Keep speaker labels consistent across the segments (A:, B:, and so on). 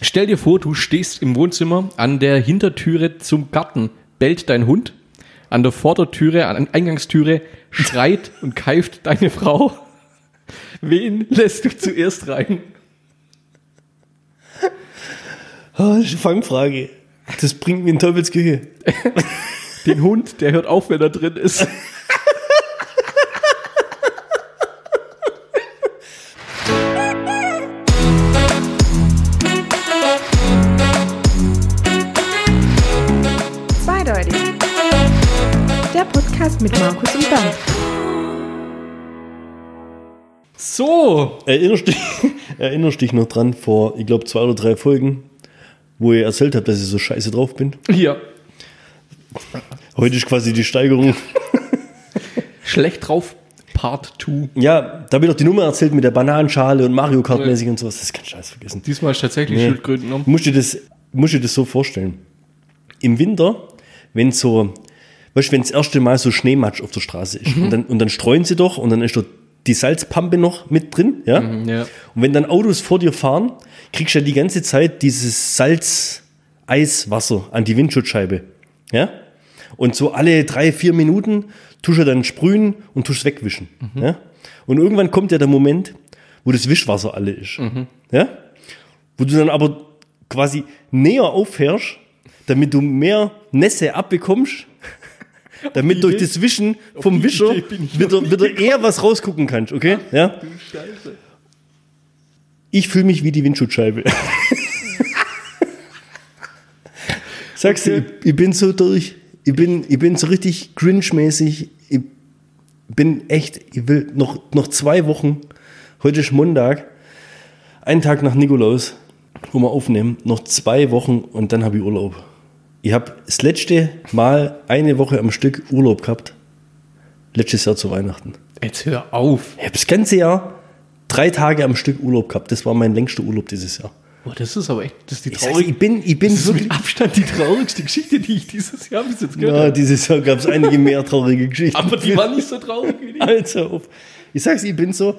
A: Stell dir vor, du stehst im Wohnzimmer, an der Hintertüre zum Garten bellt dein Hund, an der Vordertüre, an der Eingangstüre schreit und keift deine Frau. Wen lässt du zuerst rein?
B: Oh, das ist eine Fangfrage. Das bringt mich in Teufelsküche.
A: Den Hund, der hört auf, wenn er drin ist.
C: Zweideutig. Der Podcast mit Markus und Bernd.
A: So,
B: Erinnerst dich, erinnerst dich noch dran vor, ich glaube, zwei oder drei Folgen, wo ihr erzählt habt, dass ich so scheiße drauf bin?
A: hier.
B: Heute ist quasi die Steigerung.
A: Schlecht drauf, Part 2.
B: Ja, da wird auch die Nummer erzählt mit der Bananenschale und Mario Kart mäßig und sowas. Das kann scheiß vergessen.
A: Diesmal ist tatsächlich
B: Nee.
A: Schildkröten ne? genommen.
B: Musst du das, musst du das so vorstellen. Im Winter, wenn so, weißt du, wenn das erste Mal so Schneematsch auf der Straße ist und, dann, und dann streuen sie doch und dann ist doch die Salzpampe noch mit drin, ja?
A: ja.
B: Und wenn dann Autos vor dir fahren, kriegst du ja die ganze Zeit dieses Salz-Eiswasser an die Windschutzscheibe, ja? Und so alle drei, vier Minuten tust du dann sprühen und tust wegwischen, ja? Und irgendwann kommt ja der Moment, wo das Wischwasser alle ist, ja? wo du dann aber quasi näher aufhörst, damit du mehr Nässe abbekommst, damit durch das Wischen vom
A: die
B: Wischer
A: Idee bin ich
B: wieder, wieder eher was rausgucken kannst, okay? Ja?
A: Scheiße.
B: Ich fühle mich wie die Windschutzscheibe. Sagst du, ich, ich bin so durch, ich bin, ich bin so richtig cringe-mäßig, ich bin echt, ich will noch, noch zwei Wochen, heute ist Montag, einen Tag nach Nikolaus, wo wir aufnehmen, noch zwei Wochen und dann habe ich Urlaub. Ich habe das letzte Mal eine Woche am Stück Urlaub gehabt, letztes Jahr zu Weihnachten.
A: Jetzt hör auf.
B: Ich habe das ganze Jahr drei Tage am Stück Urlaub gehabt. Das war mein längster Urlaub dieses Jahr.
A: Boah, das ist aber echt, das ist die
B: Ich, sag, ich
A: traurige,
B: bin, ich bin
A: das ist
B: wirklich.
A: mit Abstand die traurigste Geschichte, die ich dieses Jahr bis jetzt gehört
B: Ja,
A: habe.
B: dieses Jahr gab es einige mehr traurige Geschichten.
A: Aber die war nicht so traurig wie die.
B: Also auf. Ich sag's, ich bin so.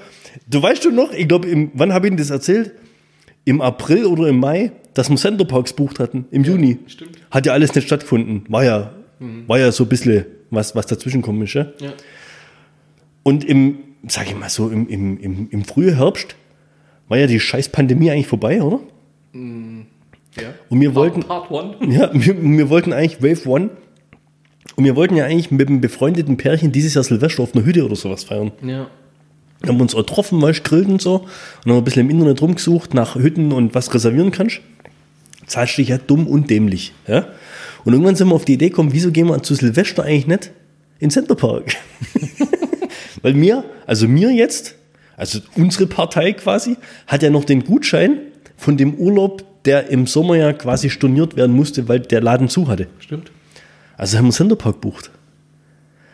B: Du weißt schon noch, ich glaube, wann habe ich Ihnen das erzählt? Im April oder im Mai, dass wir Centerparks bucht hatten, im Juni.
A: stimmt. Mhm.
B: Hat ja alles nicht stattgefunden. War ja, war ja so ein bisschen was, was dazwischen kommen ist. Ja?
A: Ja.
B: Und im, sag ich mal so, im, im, im, im Frühherbst war ja die scheiß Pandemie eigentlich vorbei, oder?
A: Mhm. Ja.
B: Und wir
A: Part-
B: wollten,
A: Part 1.
B: ja, wir, wir wollten eigentlich Wave One und wir wollten ja eigentlich mit einem befreundeten Pärchen dieses Jahr Silvester auf einer Hütte oder sowas feiern.
A: Ja.
B: Dann haben wir uns auch getroffen, weißt, grillt und so. Und haben ein bisschen im Internet rumgesucht nach Hütten und was reservieren kannst. Zahlst dich ja dumm und dämlich. Ja? Und irgendwann sind wir auf die Idee gekommen, wieso gehen wir zu Silvester eigentlich nicht in Center Park? Weil mir, also mir jetzt, also unsere Partei quasi, hat ja noch den Gutschein von dem Urlaub, der im Sommer ja quasi storniert werden musste, weil der Laden zu hatte.
A: Stimmt.
B: Also haben wir Center Park gebucht.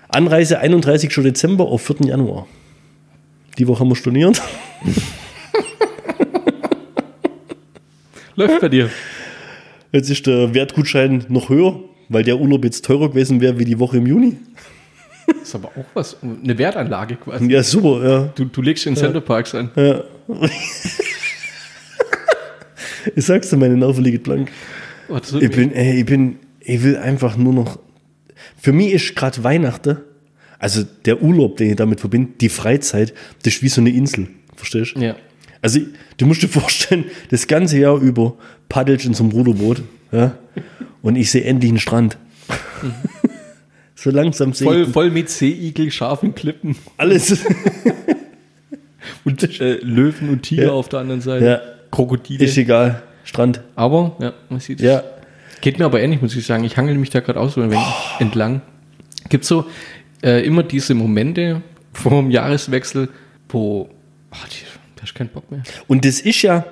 B: Anreise 31. Dezember auf 4. Januar. Die Woche haben wir storniert.
A: Läuft bei dir.
B: Jetzt ist der Wertgutschein noch höher, weil der Urlaub jetzt teurer gewesen wäre wie die Woche im Juni.
A: Ist aber auch was. Eine Wertanlage quasi.
B: Ja, super, ja.
A: Du, du legst in Centerparks an.
B: Ich sag's dir, meine Nerven liegen blank.
A: Oh, das wird
B: Ich
A: mir-
B: bin, ey, ich bin, ich will einfach nur noch. Für mich ist gerade Weihnachten, also der Urlaub, den ich damit verbinde, die Freizeit, das ist wie so eine Insel. Verstehst du?
A: ja.
B: Also, du musst dir vorstellen, das ganze Jahr über paddelst in so einem Ruderboot ja, und ich sehe endlich einen Strand. so langsam sehe
A: Mhm. Voll,
B: ich
A: voll mit Seeigel, scharfen Klippen
B: alles.
A: und äh, Löwen und Tiger
B: Ja.
A: auf der anderen Seite.
B: Ja.
A: Krokodile.
B: ist egal, Strand.
A: aber, ja, man sieht es.
B: Ja,
A: Geht mir aber ähnlich, muss ich sagen. Ich hangel mich da gerade auch so ein wenig
B: Oh.
A: entlang. Gibt so äh, immer diese Momente vom Jahreswechsel, wo ach, die, da hast keinen Bock mehr.
B: und das ist ja,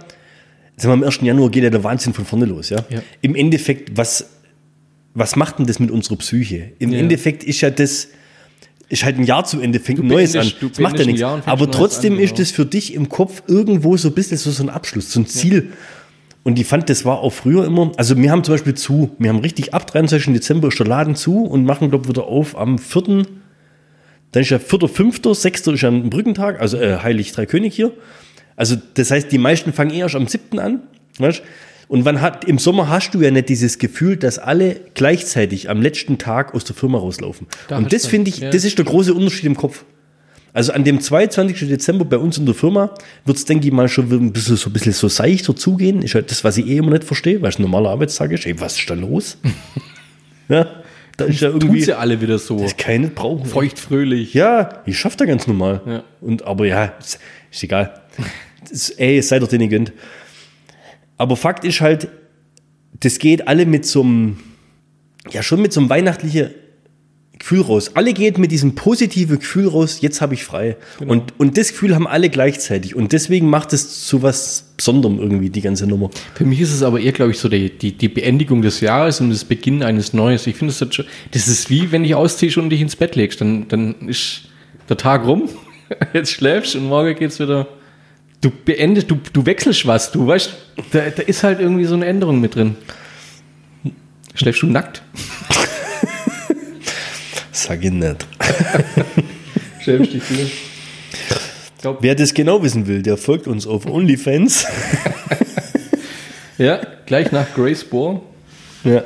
B: sagen wir, am 1. Januar geht ja der Wahnsinn von vorne los. Ja?
A: Ja.
B: Im Endeffekt, was, was macht denn das mit unserer Psyche? Im
A: Ja.
B: Endeffekt ist ja das. Ist halt ein Jahr zu Ende, fängt ein neues an.
A: beendest- du
B: Das macht ja
A: beendest ein
B: nichts.
A: Jahr und fängst
B: Aber
A: ein neues
B: trotzdem
A: an,
B: ist
A: genau.
B: das für dich im Kopf irgendwo so ein bisschen so, so ein Abschluss, so ein Ziel. Und ich fand, das war auch früher immer. Also, wir haben zum Beispiel zu. Wir haben richtig ab 23. Dezember ist der Laden zu und machen, glaube ich, wieder auf am 4. Dann ist ja 4., 5., 6. ist ja ein Brückentag, also eh äh, Heilig Drei König hier. Also das heißt, die meisten fangen eher schon am 7. an. Weißt? Und wann hat, im Sommer hast du ja nicht dieses Gefühl, dass alle gleichzeitig am letzten Tag aus der Firma rauslaufen.
A: Da hast
B: und das
A: du-
B: finde ich,
A: ja.
B: das ist der große Unterschied im Kopf. Also an dem 22. Dezember bei uns in der Firma wird es, denke ich mal, schon ein bisschen, so ein bisschen so seichter zugehen. Ist halt das, was ich eh immer nicht verstehe, weil es ein normaler Arbeitstag ist. Ey, was ist da los? ja, da ist ja
A: Tun
B: irgendwie
A: sie alle wieder so.
B: das keine brauchen.
A: Feuchtfröhlich.
B: Ja, ich schaff da ganz normal.
A: Ja.
B: Und, aber ja, ist, ist egal. Das, ey, es sei doch denen gönnt. Aber Fakt ist halt, das geht alle mit so einem, ja schon mit so einem weihnachtlichen Gefühl raus. Alle gehen mit diesem positiven Gefühl raus, jetzt habe ich frei. Und, und das Gefühl haben alle gleichzeitig. Und deswegen macht es zu was Besonderem irgendwie, die ganze Nummer.
A: Für mich ist es aber eher, glaube ich, so die, die, die Beendigung des Jahres und das Beginn eines Neues. Ich finde, das, hat schon- das ist wie, wenn ich ausziehe und dich ins Bett legst. Dann, dann ist der Tag rum, jetzt schläfst und morgen geht's wieder. Du beendest, du, du wechselst was, du weißt, da, da ist halt irgendwie so eine Änderung mit drin. Schläfst du nackt?
B: Sag ich nicht.
A: Schläfst dich wieder?
B: Wer das genau wissen will, der folgt uns auf OnlyFans.
A: Ja, gleich nach Grace Bohr.
B: Ja.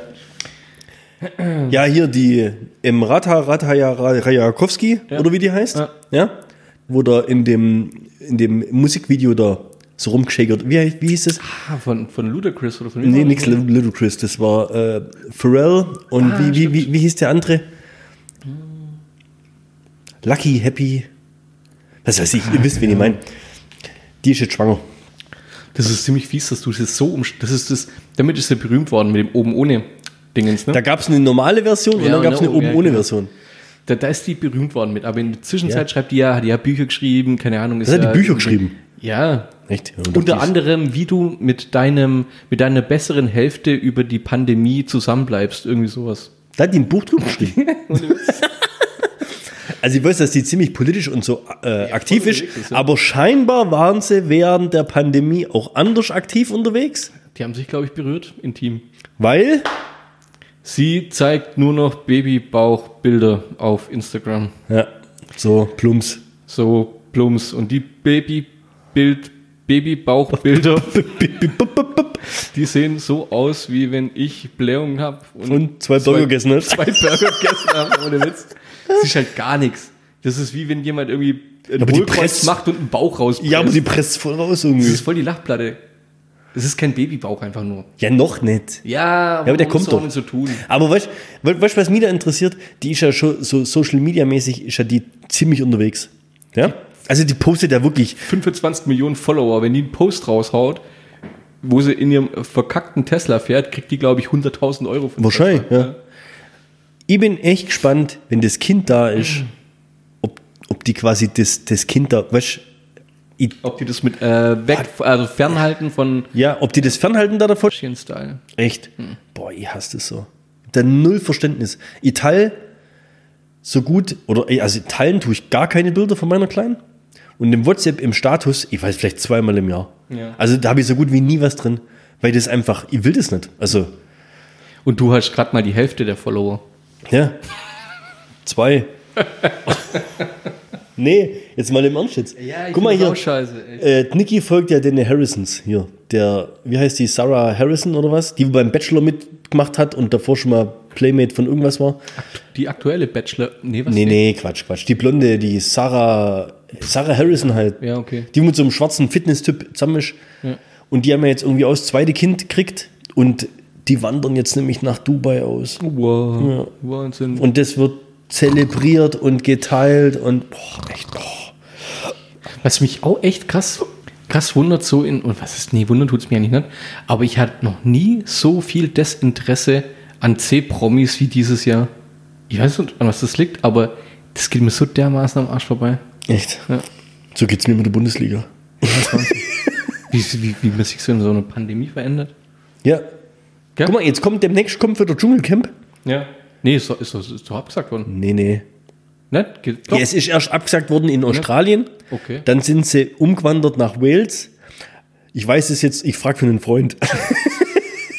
B: Ja, hier die im Rata Rataya Rajakowski,
A: Ja.
B: oder wie die heißt,
A: Ja.
B: ja. wo da in dem, in dem Musikvideo da so rumgeschäkert, wie, hei- wie hieß das?
A: Ah, von, von Ludacris oder von
B: Nee, nix Lil- Little Chris, das war äh, Pharrell und
A: Ah,
B: wie, wie, wie, wie hieß der andere? Lucky, Happy, was weiß ich, ihr wisst, wen ich meine. Die ist jetzt schwanger.
A: Das ist ziemlich fies, dass du das so um. Das ist das. Damit ist er berühmt worden mit dem oben ohne Dingens. Ne?
B: Da gab es eine normale Version
A: Ja,
B: und dann gab es
A: ne,
B: eine
A: oh, ja,
B: oben ohne
A: genau.
B: Version.
A: Da, da ist die berühmt worden mit. Aber in der Zwischenzeit
B: Ja.
A: schreibt die ja, hat die ja Bücher geschrieben, keine Ahnung. Ist
B: Das hat
A: ja
B: die Bücher geschrieben.
A: Ja.
B: Echt? Ja,
A: Unter
B: die-
A: anderem, wie du mit deinem, mit deiner besseren Hälfte über die Pandemie zusammenbleibst, irgendwie sowas.
B: Da hat die ein Buch drüber geschrieben. also ich weiß, dass die ziemlich politisch und so äh, aktiv ist,
A: unterwegs ist, ja.
B: aber scheinbar waren sie während der Pandemie auch anders aktiv unterwegs,
A: Die haben sich, glaube ich, berührt, intim.
B: weil
A: Sie zeigt nur noch Babybauchbilder auf Instagram.
B: ja, so plumps.
A: So plumps. Und die Babybild, Babybauchbilder, die sehen so aus, wie wenn ich Blähungen habe
B: Und zwei Burger gegessen hast.
A: zwei Burger gegessen haben, ohne Witz. Das ist halt gar nichts. Das ist wie wenn jemand irgendwie ein
B: Aber die
A: Hohlkreuz
B: presst-
A: macht und einen Bauch rauspresst.
B: Ja, aber die presst voll raus
A: das
B: irgendwie.
A: ist voll die Lachplatte. Es ist kein Babybauch einfach nur.
B: Ja, noch nicht.
A: Ja,
B: aber der
A: warum
B: kommt
A: ist auch
B: doch.
A: nicht so tun.
B: Aber weißt du, weißt, was mich da interessiert? Die ist ja schon so Social Media mäßig, ist ja die ziemlich unterwegs. Ja? Also die postet ja wirklich
A: 25 Millionen Follower, wenn die einen Post raushaut, wo sie in ihrem verkackten Tesla fährt, kriegt die, glaube ich, 100.000 Euro. Von
B: Wahrscheinlich,
A: Tesla.
B: ja. Ich bin echt gespannt, wenn das Kind da ist, ob, ob die quasi das, das Kind da, weißt ich,
A: Ob die das mit äh, weg, also fernhalten von
B: ja, ob die das fernhalten da davon.
A: Style.
B: Echt? Boah, ich hasse das so. Da null Verständnis. Ich teile so gut, oder also teilen tue ich gar keine Bilder von meiner Kleinen. Und im WhatsApp im Status, ich weiß vielleicht zweimal im Jahr.
A: Ja.
B: Also da habe ich so gut wie nie was drin, weil das einfach, ich will das nicht. Also,
A: Und du hast gerade mal die Hälfte der Follower.
B: Ja. Zwei. nee, jetzt mal im Ernst jetzt. Guck mal hier.
A: Scheiße,
B: Äh, Nikki folgt ja den Harrisons hier. Der, wie heißt die, Sarah Harrison oder was? Die beim Bachelor mitgemacht hat und davor schon mal Playmate von irgendwas war.
A: Die aktuelle Bachelor. Nee, was
B: Nee, nee, Quatsch, Quatsch. Die Blonde, die Sarah, Sarah Harrison halt.
A: Ja, okay.
B: Die mit so einem schwarzen Fitness-Typ zusammen ist. Und die haben ja jetzt irgendwie aus zweite Kind gekriegt und die wandern jetzt nämlich nach Dubai aus.
A: Wow. Wahnsinn.
B: Und das wird zelebriert und geteilt und boah, echt, boah.
A: Was mich auch echt krass, krass wundert, so in, und was ist, nee, wundern tut es mir ja nicht, ne? aber ich hatte noch nie so viel Desinteresse an C-Promis wie dieses Jahr. Ich weiß nicht, an was das liegt, aber das geht mir so dermaßen am Arsch vorbei.
B: Echt.
A: Ja.
B: So geht's mir mit der Bundesliga.
A: Wie, wie, wie man sich so in so einer Pandemie verändert.
B: Ja.
A: Gell?
B: Guck mal, jetzt kommt demnächst kommt wieder Dschungelcamp.
A: Ja. Nee, ist doch, ist doch, ist doch abgesagt worden.
B: Nee, nee.
A: Ne? Geht, doch.
B: Ja, es ist erst abgesagt worden in Australien.
A: Okay.
B: Dann sind sie umgewandert nach Wales. Ich weiß es jetzt, ich frage für einen Freund.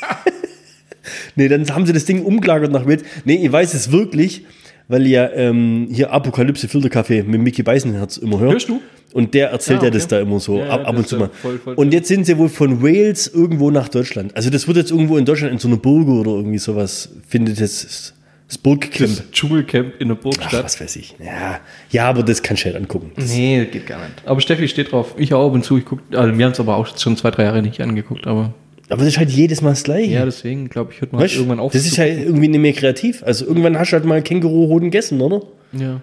B: nee, dann haben sie das Ding umgelagert nach Wales. Nee, ich weiß es wirklich, weil ja ähm, hier Apokalypse Filterkaffee mit Mickey Beisenherz immer hört.
A: Hörst du?
B: Und der erzählt
A: Ja,
B: ja,
A: okay.
B: das da immer so,
A: Ja, ja,
B: ab, ab
A: das
B: und zu
A: ist
B: mal.
A: voll, voll
B: und jetzt sind sie wohl von Wales irgendwo nach Deutschland. Also das wird jetzt irgendwo in Deutschland in so einer Burg oder irgendwie sowas, findet jetzt das Burgcamp.
A: Das Dschungelcamp in der
B: Ach,
A: Burgstadt.
B: was weiß ich. Ja, ja aber das kann ich halt angucken. Das
A: nee, geht gar nicht. Aber Steffi steht drauf. Ich auch ab und zu. Ich guck, also wir haben es aber auch schon zwei, drei Jahre nicht angeguckt. Aber
B: Aber das ist halt jedes Mal das Gleiche.
A: ja, deswegen glaube ich, hört man halt
B: Weißt,
A: irgendwann auf.
B: das ist
A: zu-
B: halt irgendwie nicht mehr kreativ. Also irgendwann hast du halt mal Känguruhoden gegessen, oder?
A: ja.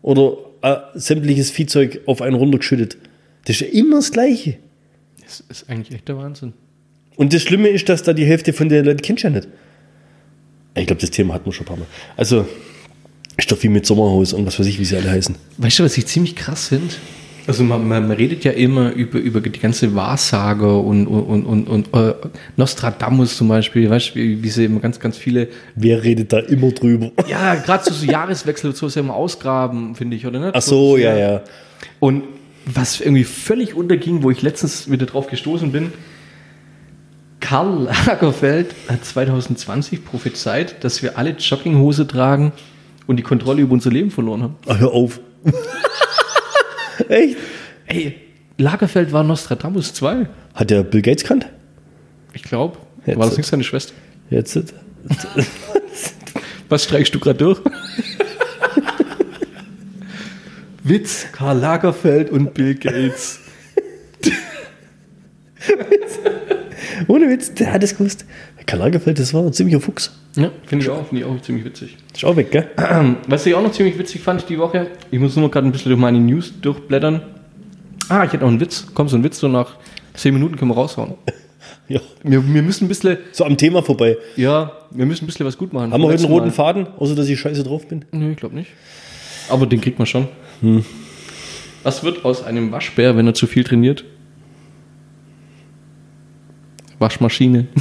B: Oder äh, sämtliches Viehzeug auf einen runtergeschüttet. Das ist ja immer das Gleiche.
A: Das ist eigentlich echt der Wahnsinn.
B: Und das Schlimme ist, dass da die Hälfte von den Leuten kennt ja nicht. Ich glaube, das Thema hatten wir schon ein paar Mal. Also, ist doch viel mit Sommerhaus und was weiß ich, wie sie alle heißen.
A: Weißt du, was ich ziemlich krass finde? Also man, man, man redet ja immer über, über die ganze Wahrsage und, und, und, und, und äh, Nostradamus zum Beispiel, weißt du, wie, wie sie immer ganz, ganz viele,
B: Wer redet da immer drüber?
A: ja, gerade so, so Jahreswechsel und so ist ja immer ausgraben, finde ich, oder nicht?
B: Ach so, ja, ja.
A: Und was irgendwie völlig unterging, wo ich letztens wieder drauf gestoßen bin, Karl Lagerfeld hat 2020 prophezeit, dass wir alle Jogginghose tragen und die Kontrolle über unser Leben verloren haben.
B: Ach, Ah, hör auf. Echt?
A: Ey, Lagerfeld war Nostradamus 2.
B: Hat der Bill Gates kannt?
A: Ich glaube.
B: Jetzt
A: War das
B: so.
A: nicht seine Schwester?
B: Jetzt.
A: Was streichst du gerade durch? Witz, Karl Lagerfeld und Bill Gates.
B: Ohne Witz, der hat es gewusst. Karl Lagerfeld, das war ein ziemlicher Fuchs.
A: Ja, finde ich auch, finde ich auch ziemlich witzig.
B: Ist auch weg, gell?
A: Was ich auch noch ziemlich witzig fand die Woche, ich muss nur gerade ein bisschen durch meine News durchblättern. Ah, ich hätte noch einen Witz. Komm, so ein Witz, so nach 10 Minuten können wir raushauen.
B: Ja.
A: Wir, wir müssen ein bisschen,
B: So am Thema vorbei.
A: ja, wir müssen ein bisschen was gut machen.
B: Haben wir heute einen roten
A: Faden?
B: Faden, außer dass ich scheiße drauf bin?
A: Nö, ich glaube nicht. Aber den kriegt man schon.
B: Hm.
A: Was wird aus einem Waschbär, wenn er zu viel trainiert? Waschmaschine.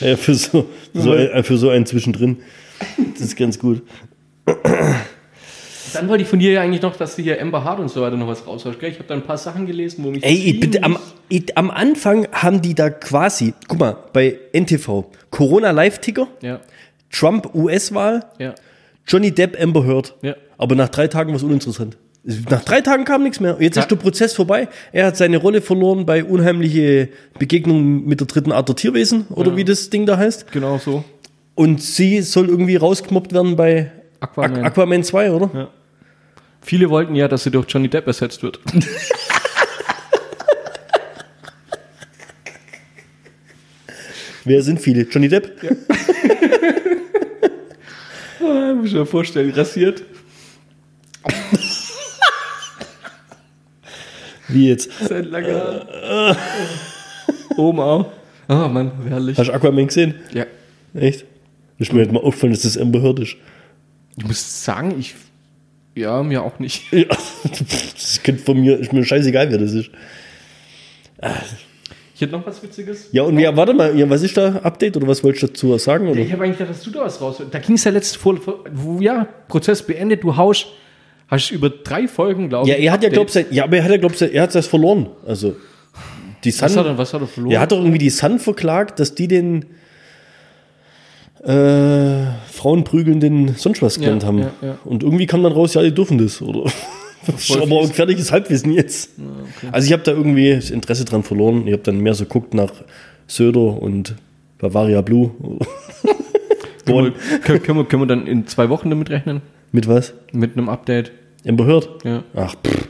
B: Ja, für so, so ein, für so einen zwischendrin. Das ist ganz gut.
A: Dann wollte ich von dir ja eigentlich noch, dass du hier Amber Hart und so weiter noch was raushaust. Gell? Ich habe da ein paar Sachen gelesen, wo mich.
B: Ey, ich, bitte, am, ich, am Anfang haben die da quasi, guck mal, bei NTV, Corona-Live-Ticker,
A: Ja,
B: Trump US-Wahl,
A: ja.
B: Johnny Depp Amber Heard.
A: Ja.
B: Aber nach drei Tagen war es uninteressant. Nach drei Tagen kam nichts mehr. Jetzt
A: Ja.
B: ist der Prozess vorbei. Er hat seine Rolle verloren bei unheimliche Begegnungen mit der dritten Art der Tierwesen oder
A: Ja.
B: wie das Ding da heißt.
A: Genau so.
B: Und sie soll irgendwie rausgemobbt werden bei
A: Aquaman.
B: Aquaman, Aquaman 2, oder?
A: Viele wollten ja, dass sie durch Johnny Depp ersetzt wird.
B: Wer sind viele? Johnny Depp?
A: Ah, muss ich mir vorstellen, rasiert.
B: Wie jetzt?
A: Sein langer Haar. Oben auch. Ah, Mann, herrlich.
B: Hast du Aquaman gesehen?
A: Ja.
B: Echt? Ist mir halt mal aufgefallen, dass das Amber Heard ist.
A: Ich muss sagen, ich. Ja, mir auch nicht.
B: Ja. Das Kind von mir, ist mir scheißegal, wer das ist.
A: Ich hätte noch was Witziges.
B: Ja, und ja, warte mal, ja, was ist da? Update oder was wolltest du dazu was sagen? Oder?
A: Ich habe eigentlich gedacht, dass du da was raus. Da ging es ja letztes vor, vor. wo- Ja, Prozess beendet, du haust. Hast über drei Folgen, glaube
B: Ja, er hat ja,
A: Updates.
B: glaubst ja, aber er hat ja, glaubst er hat das verloren. Also, die Sun.
A: Was hat er, was hat er verloren?
B: er hat doch irgendwie die Sun verklagt, dass die den äh, Frauenprügelnden sonst was genannt haben.
A: ja, ja.
B: Und irgendwie kam dann raus, ja, die dürfen das, oder? Das ist aber
A: fies.
B: gefährliches Halbwissen jetzt. Also ich habe da irgendwie das Interesse dran verloren. Ich habe dann mehr so geguckt nach Söder und Bavaria Blue.
A: Können wir, können, können wir, können wir dann in zwei Wochen damit rechnen?
B: Mit was?
A: Mit einem Update?
B: Amber Heard?
A: Ja.
B: Ach, pff.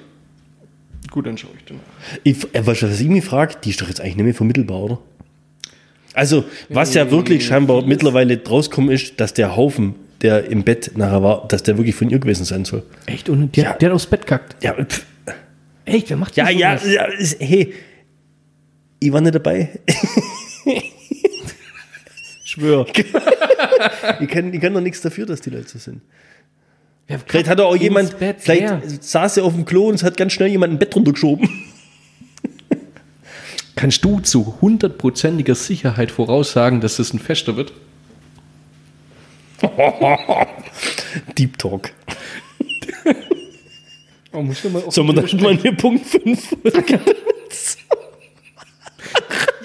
A: Gut, dann schaue ich dann.
B: Ich, äh, was, was ich mich frage, die ist doch jetzt eigentlich nicht mehr vermittelbar, oder? Also, was ja wirklich scheinbar mittlerweile rauskommt, ist, dass der Haufen, der im Bett nachher war, dass der wirklich von ihr gewesen sein soll.
A: Echt? Und der,
B: Ja.
A: der hat aufs Bett kackt.
B: Ja, pff.
A: Echt? Wer macht
B: ja,
A: denn
B: ja,
A: sowas?
B: ja, ist- hey, ich war nicht dabei.
A: Schwör.
B: Ich kann, ich kann doch nichts dafür, dass die Leute so sind.
A: Wer
B: Vielleicht
A: kackt
B: hat da auch
A: ins
B: jemand,
A: Bett?
B: vielleicht
A: Wer?
B: saß er auf dem Klo und es hat ganz schnell jemand ein Bett runtergeschoben.
A: Kannst du zu hundertprozentiger Sicherheit voraussagen, dass das ein Fester wird?
B: Deep Talk.
A: Oh, muss ich mal
B: Sollen wir dann mal hier Punkt 5?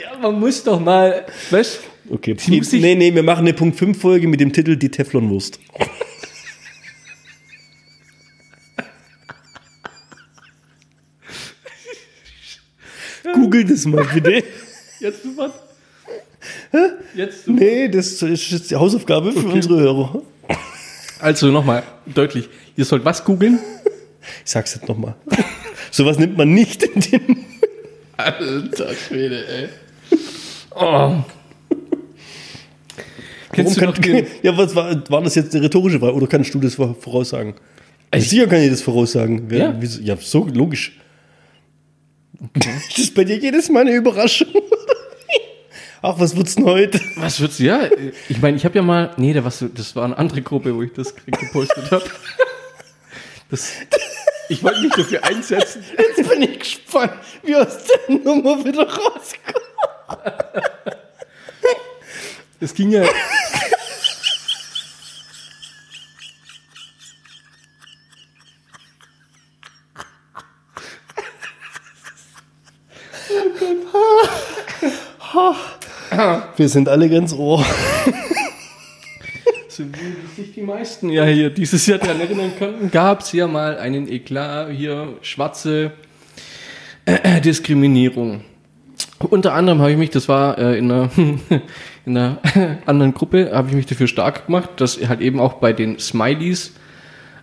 A: ja, man muss doch mal, weißt
B: Okay. Die, nee, nee, wir machen eine Punkt 5 Folge mit dem Titel Die Teflonwurst. Google das mal bitte.
A: Jetzt du was? Jetzt du.
B: Nee, das ist jetzt die Hausaufgabe für unsere Hörer.
A: Also nochmal, deutlich. Ihr sollt was googeln?
B: Ich sag's jetzt nochmal. Sowas nimmt man nicht in den.
A: Alter Schwede, ey. Oh. Kennst
B: Warum
A: du noch den,
B: ja, was war, war das jetzt eine rhetorische Frage oder kannst du das vor- voraussagen? Also Sicher kann ich das voraussagen. Wer-
A: Ja.
B: wieso- ja so logisch. Das ist bei dir jedes Mal eine Überraschung. Ach, was wird's denn heute?
A: Was wird's? Ja, ich meine, ich habe ja mal. Nee, da warst du, das war eine andere Gruppe, wo ich das gepostet habe. Das, ich wollte mich dafür einsetzen.
B: Jetzt bin ich gespannt, wie aus der Nummer wieder rauskommt.
A: Es ging ja.
B: Wir sind alle ganz ohr.
A: So wie sich die meisten ja hier dieses Jahr daran erinnern könnten, gab es ja mal einen Eklat hier, schwarze äh, äh, Diskriminierung. Unter anderem habe ich mich, das war äh, in einer, in einer anderen Gruppe, habe ich mich dafür stark gemacht, dass halt eben auch bei den Smileys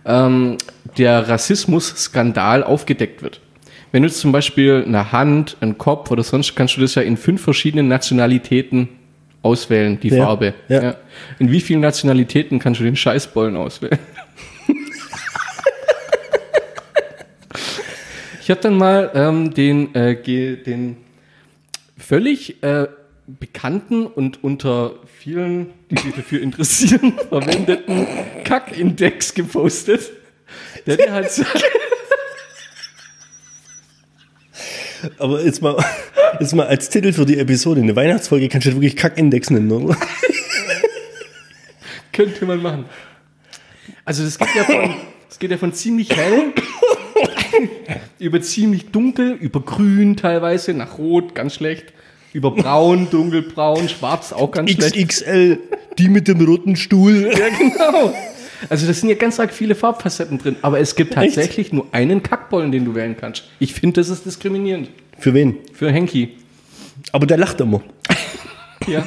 A: ähm, der Rassismus-Skandal aufgedeckt wird. Wenn du jetzt zum Beispiel eine Hand, einen Kopf oder sonst, kannst du das ja in fünf verschiedenen Nationalitäten auswählen, die
B: Ja,
A: Farbe.
B: ja.
A: In wie vielen Nationalitäten kannst du den Scheißbollen auswählen? ich habe dann mal ähm, den, äh, ge- den völlig äh, bekannten und unter vielen, die sich dafür interessieren, verwendeten Kackindex gepostet. Der dir halt sagt,
B: Aber jetzt mal, jetzt mal als Titel für die Episode, eine Weihnachtsfolge kannst du das wirklich Kackindex nennen, oder?
A: könnte man machen. Also das geht ja von, das geht ja von ziemlich hell über ziemlich dunkel, über grün teilweise, nach rot, ganz schlecht, über braun, dunkelbraun, schwarz, auch ganz schlecht.
B: XXL, die mit dem roten Stuhl.
A: Genau. Also das sind ja ganz arg viele Farbfacetten drin, aber es gibt
B: Echt?
A: tatsächlich nur einen Kackbollen, den du wählen kannst. Ich finde, das ist diskriminierend.
B: Für wen?
A: Für Henki.
B: Aber der lacht immer.
A: Ja.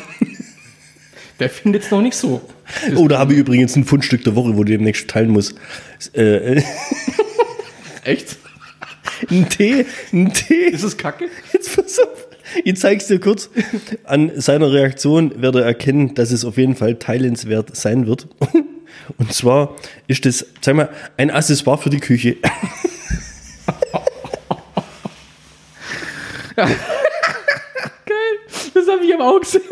A: Der findet es noch nicht so.
B: Oh, da habe ich übrigens ein Fundstück der Woche, wo du demnächst teilen musst. Äh, äh,
A: Echt?
B: ein Tee, ein Tee.
A: Ist es kacke?
B: Jetzt pass auf. Ich zeig's dir kurz. An seiner Reaktion werde erkennen, dass es auf jeden Fall teilenswert sein wird. Und zwar ist das, sag mal, ein Accessoire für die Küche.
A: Das habe ich aber auch gesehen.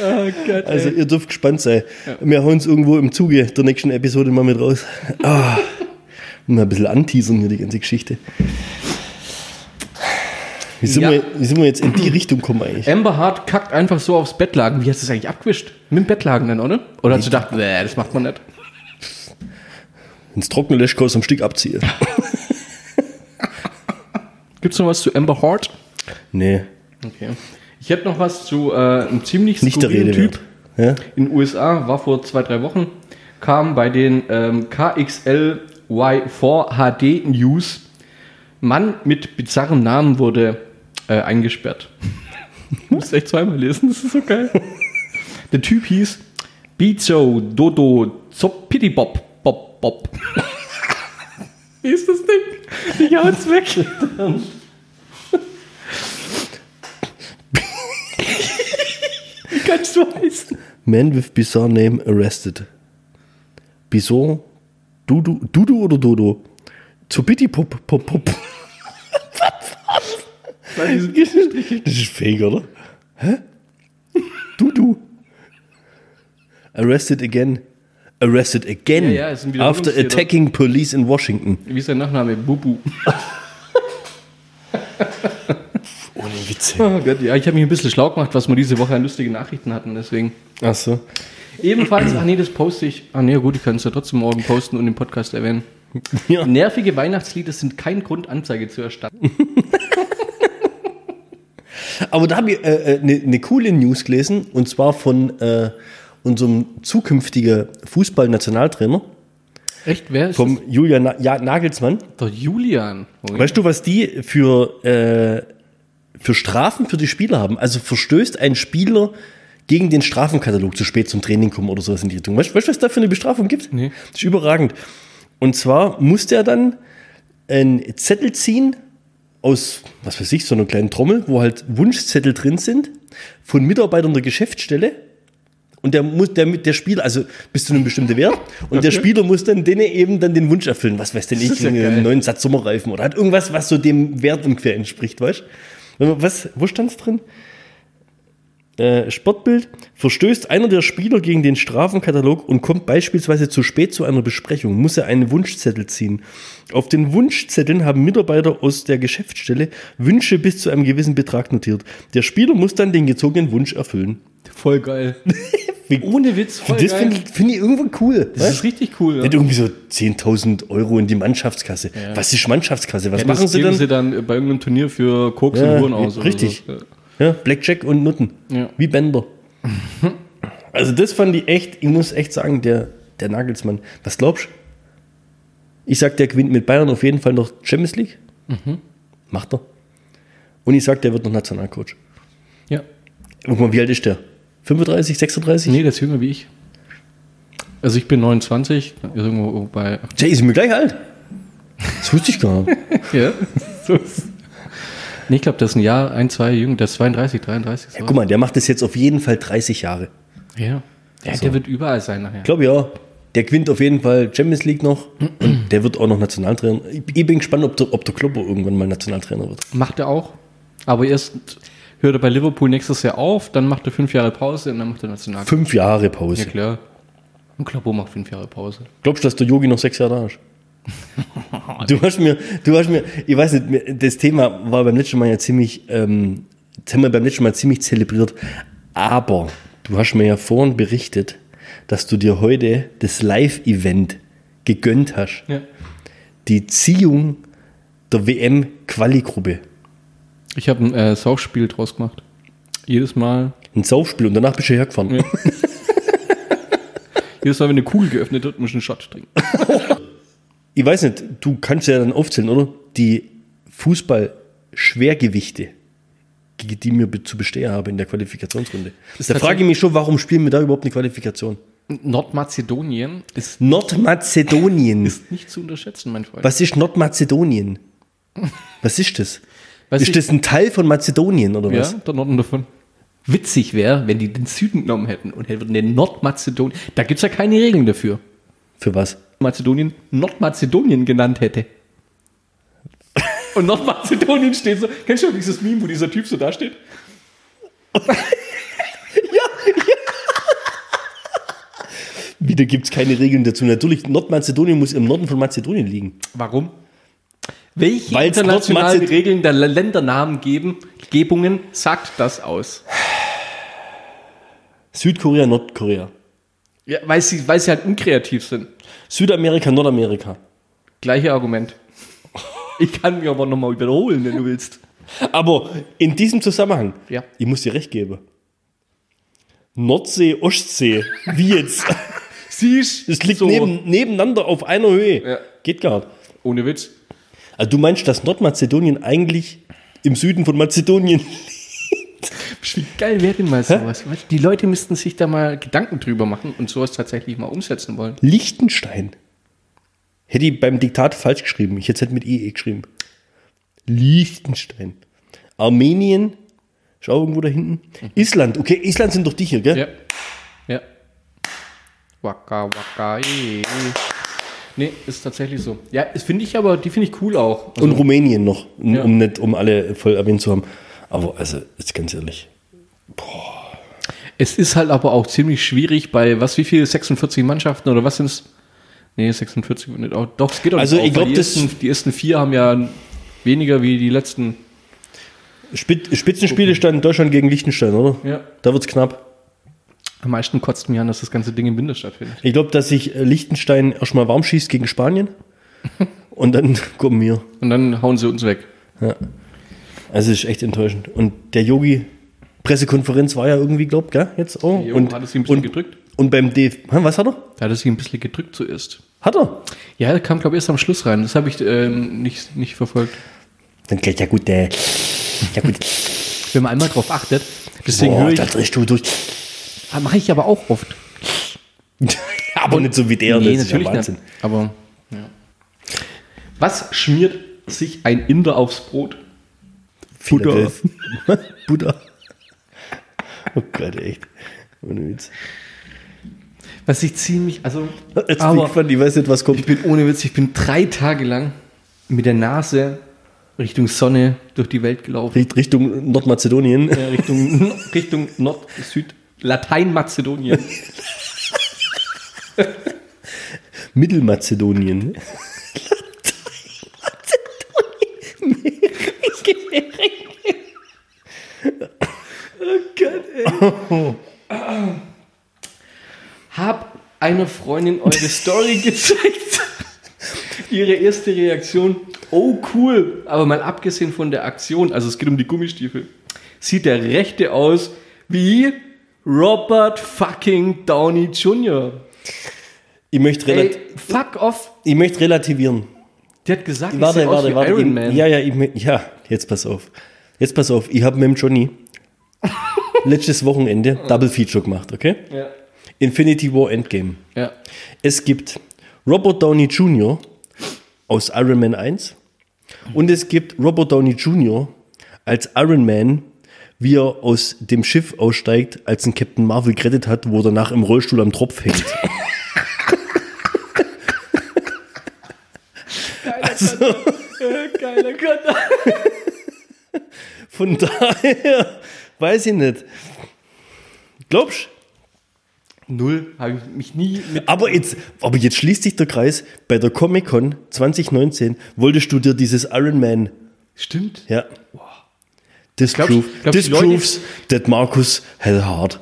A: Oh Gott, also,
B: Also ihr dürft gespannt sein. Wir hauen es irgendwo im Zuge der nächsten Episode mal mit raus. Ah, mal ein bisschen anteasern hier die ganze Geschichte. Wie sind,
A: Ja.
B: wir, wie sind wir jetzt in die Richtung gekommen eigentlich?
A: Amber Hart kackt einfach so aufs Bettlaken. Wie hast du es eigentlich abgewischt? Mit dem Bettlaken dann, oder? Oder hast du gedacht, nee, das macht man nicht?
B: Ins trockene Löschkreuz am Stück abziehen.
A: Gibt es noch was zu Amber Hart?
B: Nee,
A: Okay. Ich hätte noch was zu äh, einem ziemlich
B: nicht der Rede
A: skurrilen Typ.
B: wert. Ja?
A: in den USA, war vor zwei, drei Wochen, kam bei den ähm, KXL Y4 HD News, Mann mit bizarrem Namen wurde äh, eingesperrt. Ich muss echt zweimal lesen, das ist so geil. Der Typ hieß Bizo Dodo Zopitibob Bob Bob. Wie ist das Ding? Ich hau's weg. Wie kannst du heißen?
B: Man with bizarre name arrested. Bizarre? Dudu, Dudu oder Dodo? Zu Bitty Pop Pop Pop. Das ist fake, oder? Hä? Dudu. Arrested again. Arrested again.
A: Ja, ja, ist ein
B: after
A: Wiederholungstäter.
B: attacking police in Washington.
A: Wie ist sein Nachname? Bubu.
B: Ohne Witze.
A: Oh Gott, ja, ich habe mich ein bisschen schlau gemacht, was wir diese Woche an lustige Nachrichten hatten, deswegen.
B: Ach so.
A: Ebenfalls, ach nee, das poste ich. Ah nee, gut, ich kann es ja trotzdem morgen posten und im Podcast erwähnen.
B: Ja.
A: Nervige Weihnachtslieder sind kein Grund, Anzeige zu erstatten.
B: Aber da habe ich eine äh, äh, ne- ne coole News gelesen und zwar von äh, unserem zukünftigen Fußball-Nationaltrainer,
A: Echt, wer ist
B: vom Julian Na ja, Nagelsmann.
A: das? Der Julian.
B: Weißt du, was die für, äh, für Strafen für die Spieler haben? Also verstößt ein Spieler gegen den Strafenkatalog zu spät zum Training kommen oder sowas in die Richtung. Weißt du, weißt du, was da für eine Bestrafung gibt?
A: Nee.
B: Das ist überragend. Und zwar musste er dann einen Zettel ziehen aus, was weiß ich, so einer kleinen Trommel, wo halt Wunschzettel drin sind von Mitarbeitern der Geschäftsstelle. Und der muss, der, der Spieler, also bis zu einem bestimmten Wert. Und der Spieler muss dann denen eben dann den Wunsch erfüllen. Was weiß denn ich,
A: ist ja
B: einen
A: geil.
B: neuen Satz Sommerreifen oder hat irgendwas, was so dem Wert ungefähr entspricht, weißt du? Was, wo stand's drin? Äh, Sportbild. Verstößt einer der Spieler gegen den Strafenkatalog und kommt beispielsweise zu spät zu einer Besprechung, muss er einen Wunschzettel ziehen. Auf den Wunschzetteln haben Mitarbeiter aus der Geschäftsstelle Wünsche bis zu einem gewissen Betrag notiert. Der Spieler muss dann den gezogenen Wunsch erfüllen.
A: Voll geil.
B: Wie-
A: Ohne Witz, voll
B: das
A: geil.
B: finde ich, find ich irgendwo cool.
A: das ist richtig cool.
B: Nicht irgendwie so 10.000 Euro in die Mannschaftskasse. Was ist Mannschaftskasse? Was machen sie
A: geben
B: dann?
A: sie dann bei irgendeinem Turnier für Koks
B: Ja,
A: und Huren aus. oder
B: richtig.
A: so. Ja.
B: Ja, Blackjack und Nutten.
A: Ja.
B: Wie Bänder. Also das fand ich echt, ich muss echt sagen, der, der Nagelsmann. Was glaubst du? Ich sag, der gewinnt mit Bayern auf jeden Fall noch Champions League.
A: Mhm.
B: Macht er. Und ich sag, der wird noch Nationalcoach.
A: ja.
B: Guck mal, wie alt ist der? 35, 36?
A: Nee, der ist jünger wie ich. Also ich bin 29, ist irgendwo bei
B: Der ist mir gleich alt. Das wusste ich gar nicht.
A: Ja. nee, ich glaube, das ist ein Jahr, ein, zwei jünger, der ist 32, 33. So.
B: Guck mal, der macht das jetzt auf jeden Fall 30 Jahre.
A: Ja. ja der wird überall sein nachher.
B: Ich glaube ja. Der gewinnt auf jeden Fall Champions League noch und der wird auch noch Nationaltrainer. Ich, ich bin gespannt, ob der, ob der Klopper irgendwann mal Nationaltrainer wird.
A: Macht er auch. Aber erst hört er bei Liverpool nächstes Jahr auf, dann macht er fünf Jahre Pause und dann macht er national.
B: Fünf Jahre
A: Ja,
B: Pause.
A: klar. Und Kloppo macht fünf Jahre Pause.
B: Glaubst du, dass der Yogi noch sechs Jahre da ist? Du hast mir, du hast mir, ich weiß nicht, mir- das Thema war beim letzten Mal ja ziemlich, ähm, das haben wir beim letzten Mal ziemlich zelebriert, aber du hast mir ja vorhin berichtet, dass du dir heute das Live-Event gegönnt hast.
A: Ja.
B: Die Ziehung der WM-Quali-Gruppe.
A: Ich habe ein äh, Saufspiel draus gemacht. Jedes Mal,
B: Ein Saufspiel und danach bist du hergefahren.
A: jedes Mal, wenn eine Kugel geöffnet wird, muss ich einen Shot trinken.
B: Ich weiß nicht, du kannst ja dann aufzählen, oder? Die Fußball-Schwergewichte, gegen die mir be- zu bestehen habe in der Qualifikationsrunde.
A: Ist
B: da frage ich mich schon, warum spielen wir da überhaupt eine Qualifikation?
A: Nordmazedonien ist
B: Nordmazedonien.
A: nicht zu unterschätzen, mein Freund.
B: Was ist Nordmazedonien? Was ist das?
A: Weiß
B: ist
A: ich-
B: das ein Teil von Mazedonien oder
A: Ja,
B: was?
A: der Norden davon. Witzig wäre, wenn die den Süden genommen hätten und hätten den Nordmazedonien. Da gibt es ja keine Regeln dafür.
B: Für was?
A: Mazedonien Nordmazedonien genannt hätte. Und Nordmazedonien steht so. Kennst du dieses Meme, wo dieser Typ so da steht?
B: Wieder gibt es keine Regeln dazu. Natürlich, Nordmazedonien muss im Norden von Mazedonien liegen.
A: Warum? Welche
B: Weil's
A: internationalen
B: Nordmazed-
A: Regeln der Ländernamen geben, Gebungen sagt das aus?
B: Südkorea, Nordkorea.
A: Ja, weil, sie, weil sie halt unkreativ sind.
B: Südamerika, Nordamerika.
A: Gleiche Argument. Ich kann mir aber nochmal wiederholen, wenn du willst.
B: Aber in diesem Zusammenhang,
A: Ja.
B: ich muss dir recht geben. Nordsee, Ostsee, wie jetzt?
A: Siehst
B: Das liegt neben, nebeneinander auf einer Höhe.
A: Ja.
B: Geht gar nicht.
A: Ohne Witz.
B: Also du meinst, dass Nordmazedonien eigentlich im Süden von Mazedonien
A: Wie geil wäre denn mal sowas? Weißt du, Die Leute müssten sich da mal Gedanken drüber machen und sowas tatsächlich mal umsetzen wollen.
B: Liechtenstein? Hätte ich beim Diktat falsch geschrieben. Ich hätte es halt mit IE geschrieben. Liechtenstein. Armenien. Schau irgendwo da hinten.
A: Mhm.
B: Island. Okay, Island sind doch die hier, gell?
A: Ja. Ja. Waka, waka, eh. Nee, ist tatsächlich so. Ja, das finde ich aber, die finde ich cool auch. Also,
B: Und Rumänien noch, um,
A: Ja.
B: um nicht um alle voll erwähnt zu haben. Aber also, jetzt ganz ehrlich.
A: es ist halt aber auch ziemlich schwierig bei, was, wie viele, 46 Mannschaften oder was sind es? Nee, 46 und nicht auch. Doch, es geht auch
B: Also,
A: nicht.
B: ich
A: auf, weil
B: glaub,
A: die,
B: das-
A: ersten, die ersten vier haben ja weniger wie die letzten.
B: Spit Spitzenspiele standen Deutschland gegen Liechtenstein, oder?
A: Ja.
B: Da wird's knapp.
A: Am meisten kotzt mir an, dass das ganze Ding im Winter stattfindet.
B: Ich glaube, dass sich äh, Liechtenstein erstmal warm schießt gegen Spanien. Und dann kommen wir.
A: Und dann hauen sie uns weg.
B: Ja. Also es ist echt enttäuschend. Und der Yogi, Pressekonferenz war ja irgendwie, glaub, gell, jetzt auch.
A: Jo,
B: und,
A: hat es ihm ein bisschen
B: und,
A: gedrückt?
B: und beim DFB, Hä, was hat er?
A: Da hat es sich ein bisschen gedrückt zuerst.
B: Hat er.
A: Ja, er kam, glaube ich, erst am Schluss rein. Das habe ich ähm, nicht, nicht verfolgt.
B: Dann gleich, ja gut, äh, ja gut,
A: Wenn man einmal drauf achtet, deswegen
B: boah,
A: höre ich,
B: da drehst du durch.
A: mache ich aber auch oft.
B: Aber nicht so wie der, das ist ja Wahnsinn.
A: nicht. Aber ja. Was schmiert sich ein Inder aufs Brot? Buddha.
B: Philadelphia. Buddha. Oh Gott, echt. Ohne Witz.
A: Was ich ziemlich, also
B: Jetzt bin ich
A: aber
B: gespannt, ich weiß nicht, was
A: ich
B: kommt.
A: bin ohne Witz, ich bin drei Tage lang mit der Nase Richtung Sonne durch die Welt gelaufen.
B: Richt- Richtung Nordmazedonien.
A: Äh, Richtung, Richtung Nord, Süd, Latein-Mazedonien.
B: Mittelmazedonien.
A: Hab einer Freundin eure Story gezeigt. Ihre erste Reaktion, oh cool, aber mal abgesehen von der Aktion, also es geht um die Gummistiefel, sieht der rechte aus wie Robert fucking Downey Jr.
B: Ich möchte,
A: Ey,
B: relat
A: fuck off.
B: ich möchte relativieren.
A: Die hat gesagt, ich
B: Warte,
A: seh
B: warte, warte.
A: Iron
B: ich,
A: Man.
B: Ja, ja, ich, mö- ja, jetzt pass auf. Jetzt pass auf. Ich habe mit dem Johnny letztes Wochenende Double Feature gemacht, okay?
A: ja.
B: Infinity War Endgame.
A: ja.
B: Es gibt Robert Downey Jr. aus Iron Man 1 und es gibt Robert Downey Jr. als Iron Man, wie er aus dem Schiff aussteigt, als ein Captain Marvel gerettet hat, wo er danach im Rollstuhl am Tropf hängt.
A: Geiler Gott.
B: Von daher weiß ich nicht. Glaubst
A: Null, habe ich mich nie mit.
B: aber jetzt, aber jetzt schließt sich der Kreis. Bei der Comic Con 2019 wolltest du dir dieses Iron Man
A: Stimmt.
B: Ja. This,
A: Glaubst-
B: proof,
A: glaubst
B: this
A: du, Leute-
B: proves that Markus hell hard.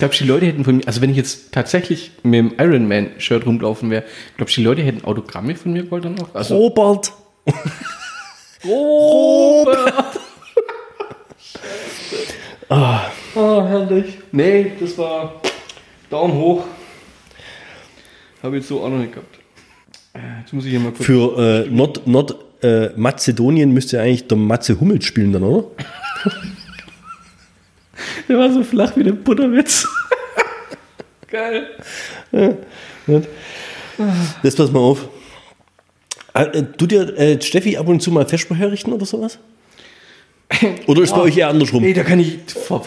A: Glaubst du, die Leute hätten von mir, also wenn ich jetzt tatsächlich mit dem Iron Man Shirt rumlaufen wäre, glaubst du, die Leute hätten Autogramme von mir wollen dann auch? Also
B: Robert.
A: Oh, herrlich. Nee, das war Daumen hoch. Habe jetzt so auch noch nicht gehabt. Äh, Jetzt muss ich hier mal kurz.
B: Für äh, Nord, Nord äh, Mazedonien müsste eigentlich der Matze Hummels spielen dann, oder?
A: Der war so flach wie der Butterwitz. Geil.
B: Jetzt pass mal auf. Ah, äh, Du dir äh, Steffi ab und zu mal Festsprecher richten oder sowas? Oder ist bei euch eher andersrum?
A: Nee, da kann ich. vor-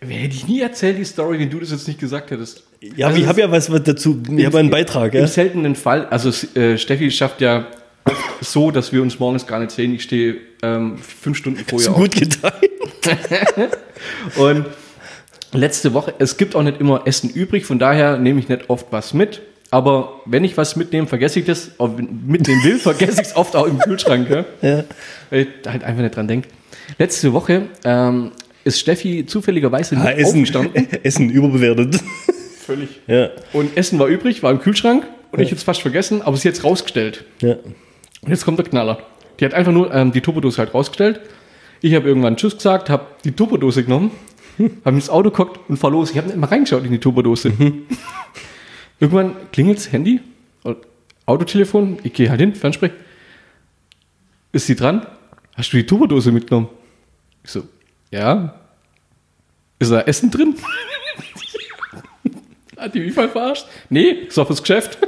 A: Hätte ich nie erzählt, die Story, wenn du das jetzt nicht gesagt hättest.
B: ja, aber
A: Also
B: ich habe ja was dazu. Ich habe einen Beitrag. Ja?
A: Im seltenen Fall, also äh, Steffi schafft ja oft so, dass wir uns morgens gar nicht sehen. Ich stehe ähm, fünf Stunden vorher
B: So
A: auf.
B: gut getan.
A: Und letzte Woche, es gibt auch nicht immer Essen übrig, von daher nehme ich nicht oft was mit. Aber wenn ich was mitnehme, vergesse ich das. Auch wenn ich Mitnehmen will, vergesse ich es oft auch im Kühlschrank. Ja?
B: Ja.
A: Weil ich da halt einfach nicht dran denke. Letzte Woche ähm, ist Steffi zufälligerweise nicht
B: Ah, Essen,
A: aufgestanden.
B: Essen überbewertet.
A: Völlig.
B: Ja,
A: Und Essen war übrig, war im Kühlschrank. Und ich hätte es fast vergessen, aber sie hat es rausgestellt.
B: ja.
A: Und jetzt kommt der Knaller. Die hat einfach nur ähm, die Tupperdose halt rausgestellt. Ich habe irgendwann Tschüss gesagt, habe die Tupperdose genommen, habe ins Auto geguckt und fahr los. Ich habe nicht mal reingeschaut in die Tupperdose. irgendwann klingelt das Handy, oder Autotelefon, ich gehe halt hin, Fernsprech. Ist sie dran? Hast du die Tupperdose mitgenommen? Ich so, ja. Ist da Essen drin? Hat die mich voll verarscht? Nee, ist doch fürs Geschäft.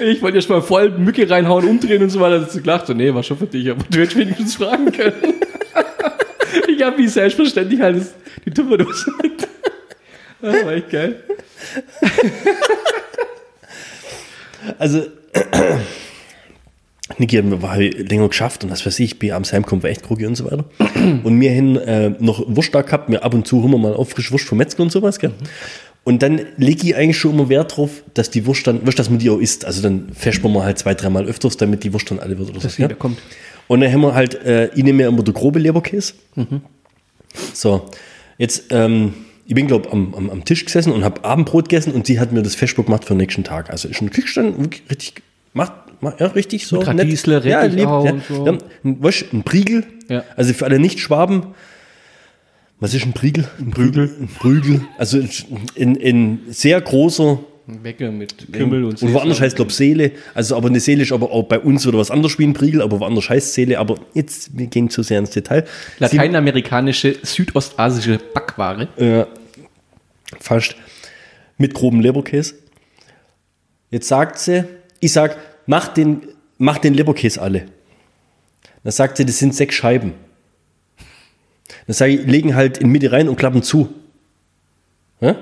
A: Ich wollte erst mal voll Mücke reinhauen, umdrehen und so weiter. Das ist gelacht. So, nee, war schon für dich, aber du hättest wenigstens fragen können. Ich habe wie selbstverständlich halt das- die Tupperdose mit. Das war echt geil.
B: Also, Niki hat mir war länger geschafft und was weiß ich, ich bin abends heimgekommen, war echt groggy und so weiter. Und mir hin äh, noch Wurst da gehabt, mir ab und zu immer mal auf frische Wurst vom Metzger und sowas, gell? Und dann lege ich eigentlich schon immer Wert drauf, dass die Wurst dann, weißt, du, dass man die auch isst. Also dann versparen wir halt zwei, dreimal öfters, damit die Wurst dann alle wird oder so.
A: jeder
B: gell?
A: kommt.
B: Und dann haben wir halt, äh, ich nehme ja immer der grobe Leberkäse. So, jetzt, ähm, ich bin, glaube am, am, am Tisch gesessen und habe Abendbrot gegessen und sie hat mir das Festbrot gemacht für den nächsten Tag. Also ist schon Kriegstand, wirklich richtig gemacht, ma- ja, richtig so.
A: Mit Radießle,
B: nett. ja,
A: Rettich
B: lieb,
A: auch
B: ja.
A: und so.
B: ja, ein, weißt, du, ein Priegel.
A: Ja.
B: Also für alle Nicht-Schwaben, was ist ein Priegel? Ein Prügel. Ein Prügel. Also ein, ein sehr großer
A: Wecker mit Kümmel und
B: und woanders
A: Sesam.
B: heißt, glaube Seele. Also, aber eine Seele ist aber auch bei uns oder was anderes wie ein Priegel, aber woanders heißt Seele. Aber jetzt, wir gehen zu sehr ins Detail.
A: Lateinamerikanische, südostasische Backware.
B: Sie, äh, fast. Mit grobem Leberkäse. Jetzt sagt sie, ich sag, mach den, mach den Leberkäse alle. Dann sagt sie, das sind sechs Scheiben. Dann sage ich, legen halt in Mitte rein und klappen zu. Ja?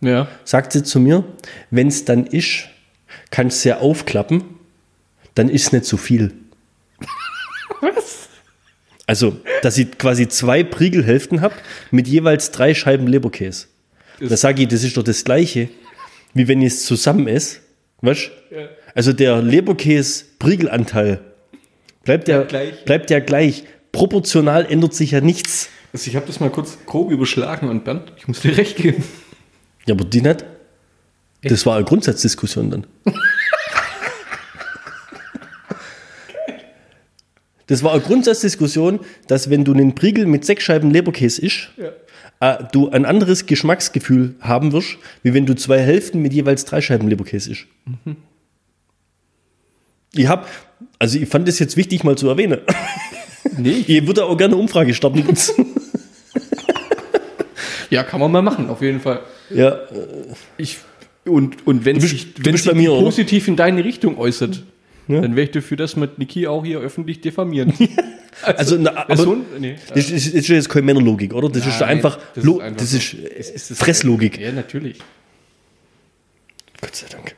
A: Ja.
B: sagt sie zu mir, wenn es dann ist, kannst du ja aufklappen, dann ist nicht zu viel.
A: Was?
B: Also, dass ich quasi zwei Priegelhälften habe mit jeweils drei Scheiben Leberkäse. Da sage ich, das ist doch das Gleiche, wie wenn ich es zusammen esse. Weißt? Also der Leberkäse-Priegelanteil bleibt ja,
A: gleich.
B: bleibt ja gleich. Proportional ändert sich ja nichts.
A: Also ich habe das mal kurz grob überschlagen und Bernd, ich muss dir recht geben.
B: Ja, aber die nicht. Das war eine Grundsatzdiskussion dann. Das war eine Grundsatzdiskussion, dass wenn du einen Priegel mit sechs Scheiben Leberkäse isch, äh, du ein anderes Geschmacksgefühl haben wirst, wie wenn du zwei Hälften mit jeweils drei Scheiben Leberkäse isch. Ich hab, also ich fand es jetzt wichtig mal zu erwähnen.
A: Nee.
B: Ich würde auch gerne eine Umfrage starten.
A: Ja, kann man mal machen, auf jeden Fall.
B: ja,
A: Ich, und, und wenn
B: bist-
A: sich,
B: du
A: wenn
B: bist
A: sich
B: bei mir, oder?
A: positiv in deine Richtung äußert, dann wäre ich dafür, dass wir Niki auch hier öffentlich diffamieren.
B: also, na, aber,
A: Wer so ein- nee.
B: Das ist, das ist jetzt keine Männerlogik, oder? Das ist doch
A: Nein,
B: einfach,
A: das
B: Lo
A: ist einfach
B: das
A: so.
B: ist,
A: Es ist das-
B: Fresslogik.
A: Ja, natürlich.
B: Gott sei Dank.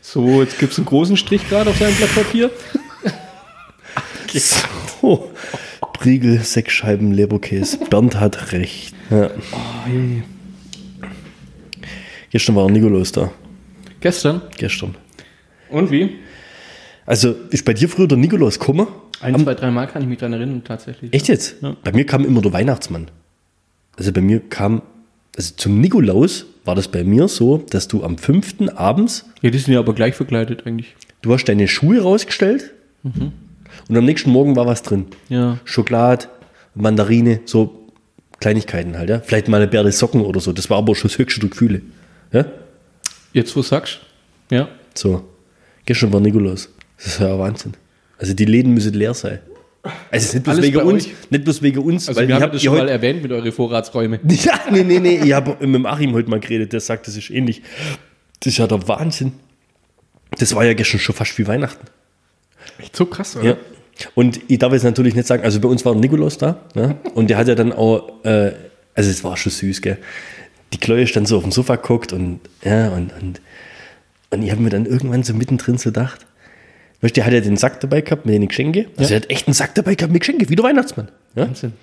A: So, jetzt gibt es einen großen Strich gerade auf seinem Blatt Papier.
B: So. Priegel, sechs Scheiben Leberkäse. Bernd hat recht. Ja. Gestern war Nikolaus da.
A: Gestern.
B: Gestern.
A: Und wie?
B: Also ist bei dir früher der Nikolaus gekommen?
A: Ein, zwei, drei Mal kann ich mich dran erinnern, tatsächlich.
B: Echt jetzt?
A: Ja.
B: Bei mir kam immer der Weihnachtsmann. Also bei mir kam, also zum Nikolaus war das bei mir so, dass du am fünften abends
A: Ja, die sind ja aber gleich verkleidet eigentlich.
B: Du hast deine Schuhe rausgestellt und am nächsten Morgen war was drin.
A: Ja.
B: Schokolade, Mandarine, so Kleinigkeiten halt, ja. Vielleicht mal eine Bärde Socken oder so. Das war aber schon das höchste der Gefühle. Ja?
A: Jetzt, wo du sagst. Ja.
B: So. Gestern war Nikolaus. Das ist ja Wahnsinn. Also die Läden müssen leer sein. Also nicht bloß
A: Alles
B: wegen
A: bei
B: uns,
A: euch?
B: nicht bloß wegen uns,
A: Also,
B: weil
A: wir
B: ich
A: haben
B: hab
A: das
B: die
A: schon mal
B: heute.
A: erwähnt mit euren Vorratsräumen.
B: Ja, nee, nee, nee, ich habe mit dem Achim heute mal geredet, der sagt, das ist ähnlich. Das ist ja der Wahnsinn. Das war ja gestern schon fast wie Weihnachten.
A: Echt so krass,
B: Ja. Und ich darf jetzt natürlich nicht sagen, also bei uns war Nikolaus da, ne? Und der hat ja dann auch, äh, also es war schon süß, gell? Die Chloe ist dann so auf dem Sofa guckt und ja, und, und, und ich habe mir dann irgendwann so mittendrin so gedacht, weißt du, der hat ja den Sack dabei gehabt mit den Geschenke. Also
A: Ja.
B: er hat echt einen Sack dabei gehabt mit Geschenke, wie der Weihnachtsmann. Ja?
A: Wahnsinn.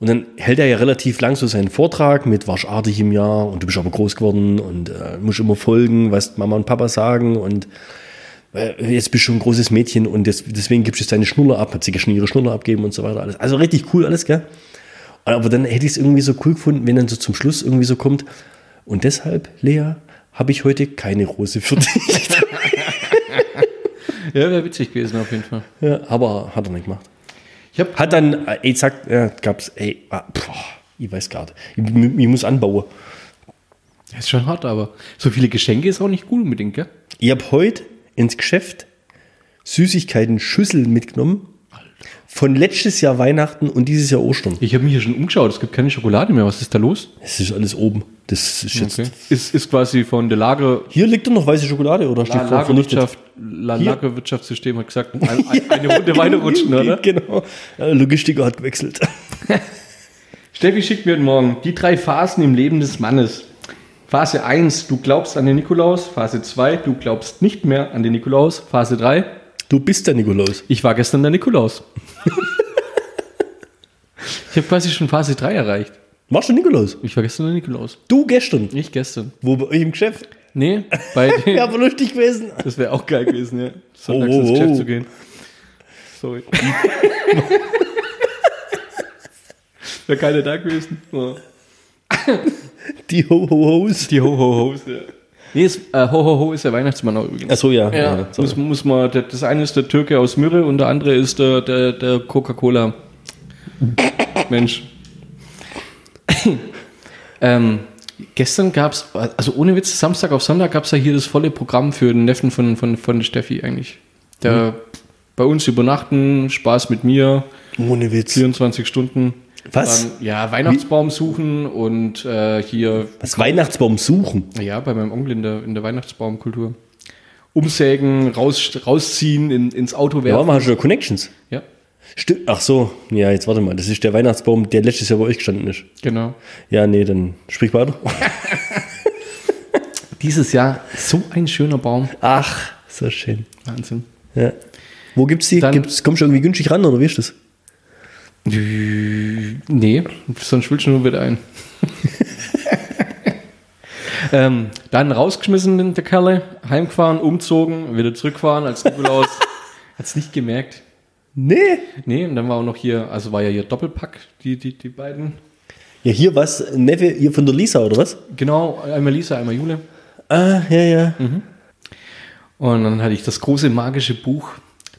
B: Und dann hält er ja relativ lang so seinen Vortrag mit warst artig im Jahr und du bist aber groß geworden und äh, musst immer folgen, was Mama und Papa sagen und äh, jetzt bist du ein großes Mädchen und des- deswegen gibst du jetzt deine Schnuller ab, hat sie gestern ihre Schnuller abgeben und so weiter. Alles. Also richtig cool alles, gell? Aber dann hätte ich es irgendwie so cool gefunden, wenn dann so zum Schluss irgendwie so kommt. Und deshalb, Lea, habe ich heute keine Rose für dich.
A: Ja, wäre witzig gewesen auf jeden Fall.
B: ja, aber hat er nicht gemacht.
A: Ich hab,
B: Hat dann, äh, ey, zack, ja, gab's, ey, ah, pff, ich weiß gar nicht. Ich, ich muss anbauen.
A: das ist schon hart, aber so viele Geschenke ist auch nicht gut unbedingt, gell?
B: Ich habe heute ins Geschäft Süßigkeiten Schüsseln mitgenommen. Von letztes Jahr Weihnachten und dieses Jahr Ostern.
A: Ich habe mich hier schon umgeschaut, es gibt keine Schokolade mehr. Was ist da los?
B: Es ist alles oben. Das ist jetzt.
A: Ist, ist quasi von der Lager,
B: Hier liegt doch noch weiße Schokolade oder
A: La
B: vor-
A: Lagerwirtschaft, La
B: Hier.
A: Lagerwirtschaftssystem hat gesagt, ein, ein, eine Runde weiterrutschen, oder?
B: Genau. Äh, Logistiker hat gewechselt.
A: Steffi schickt mir heute morgen die drei Phasen im Leben des Mannes. Phase 1, du glaubst an den Nikolaus. Phase 2, du glaubst nicht mehr an den Nikolaus. Phase 3,
B: Du bist der Nikolaus.
A: ich war gestern der Nikolaus. ich habe quasi schon Phase 3 erreicht.
B: Warst du Nikolaus?
A: Ich war gestern der Nikolaus.
B: Du gestern.
A: Nicht gestern.
B: Wo bei euch im Geschäft?
A: Nee, bei
B: Wäre
A: den,
B: aber lustig gewesen.
A: Das wäre auch geil gewesen, ja. Sonntags
B: Oh, oh,
A: ins
B: oh.
A: Geschäft zu gehen. Sorry. wäre keiner da gewesen. Ja.
B: Die Ho-Ho-Hos.
A: Die Ho-Ho-Hose. Ja. Nee, ist, äh, ho, ho, ho ist der Weihnachtsmann auch übrigens.
B: Achso, ja.
A: Ja,
B: ja sorry.
A: muss, muss man, der- das eine ist der Türke aus Mürre und der andere ist der, der, der Coca-Cola. Mensch. ähm, gestern gab es, also ohne Witz, Samstag auf Sonntag gab es ja hier das volle Programm für den Neffen von, von, von Steffi eigentlich. Der bei uns übernachten, Spaß mit mir,
B: Ohne Witz.
A: 24 Stunden.
B: Was?
A: Ähm, ja, Weihnachtsbaum suchen und äh, hier
B: Was Weihnachtsbaum suchen?
A: ja, bei meinem Onkel in der, in der Weihnachtsbaumkultur. Umsägen, raus, rausziehen, in, ins Auto
B: Ja, warum
A: werfen.
B: hast du da Connections?
A: Ja,
B: Stimmt. Ach so, ja, jetzt warte mal. Das ist der Weihnachtsbaum, der letztes Jahr bei euch gestanden ist.
A: genau.
B: Ja, nee, dann sprich weiter.
A: Dieses Jahr so ein schöner Baum.
B: Ach, so schön.
A: Wahnsinn.
B: Ja. Wo gibt's die?
A: Dann-
B: Gibt's, kommst du irgendwie günstig ran oder wie ist das?
A: Nee, sonst willst du nur wieder ein. ähm, dann rausgeschmissen in der Kerle, heimgefahren, umzogen, wieder zurückfahren als Nikolaus. Hat's nicht gemerkt.
B: Nee.
A: Nee, und dann war auch noch hier, also war ja hier Doppelpack, die, die, die beiden.
B: Ja, hier was, Neffe, hier von der Lisa oder was?
A: Genau, einmal Lisa, einmal Jule.
B: Ah, ja, ja.
A: Und dann hatte ich das große magische Buch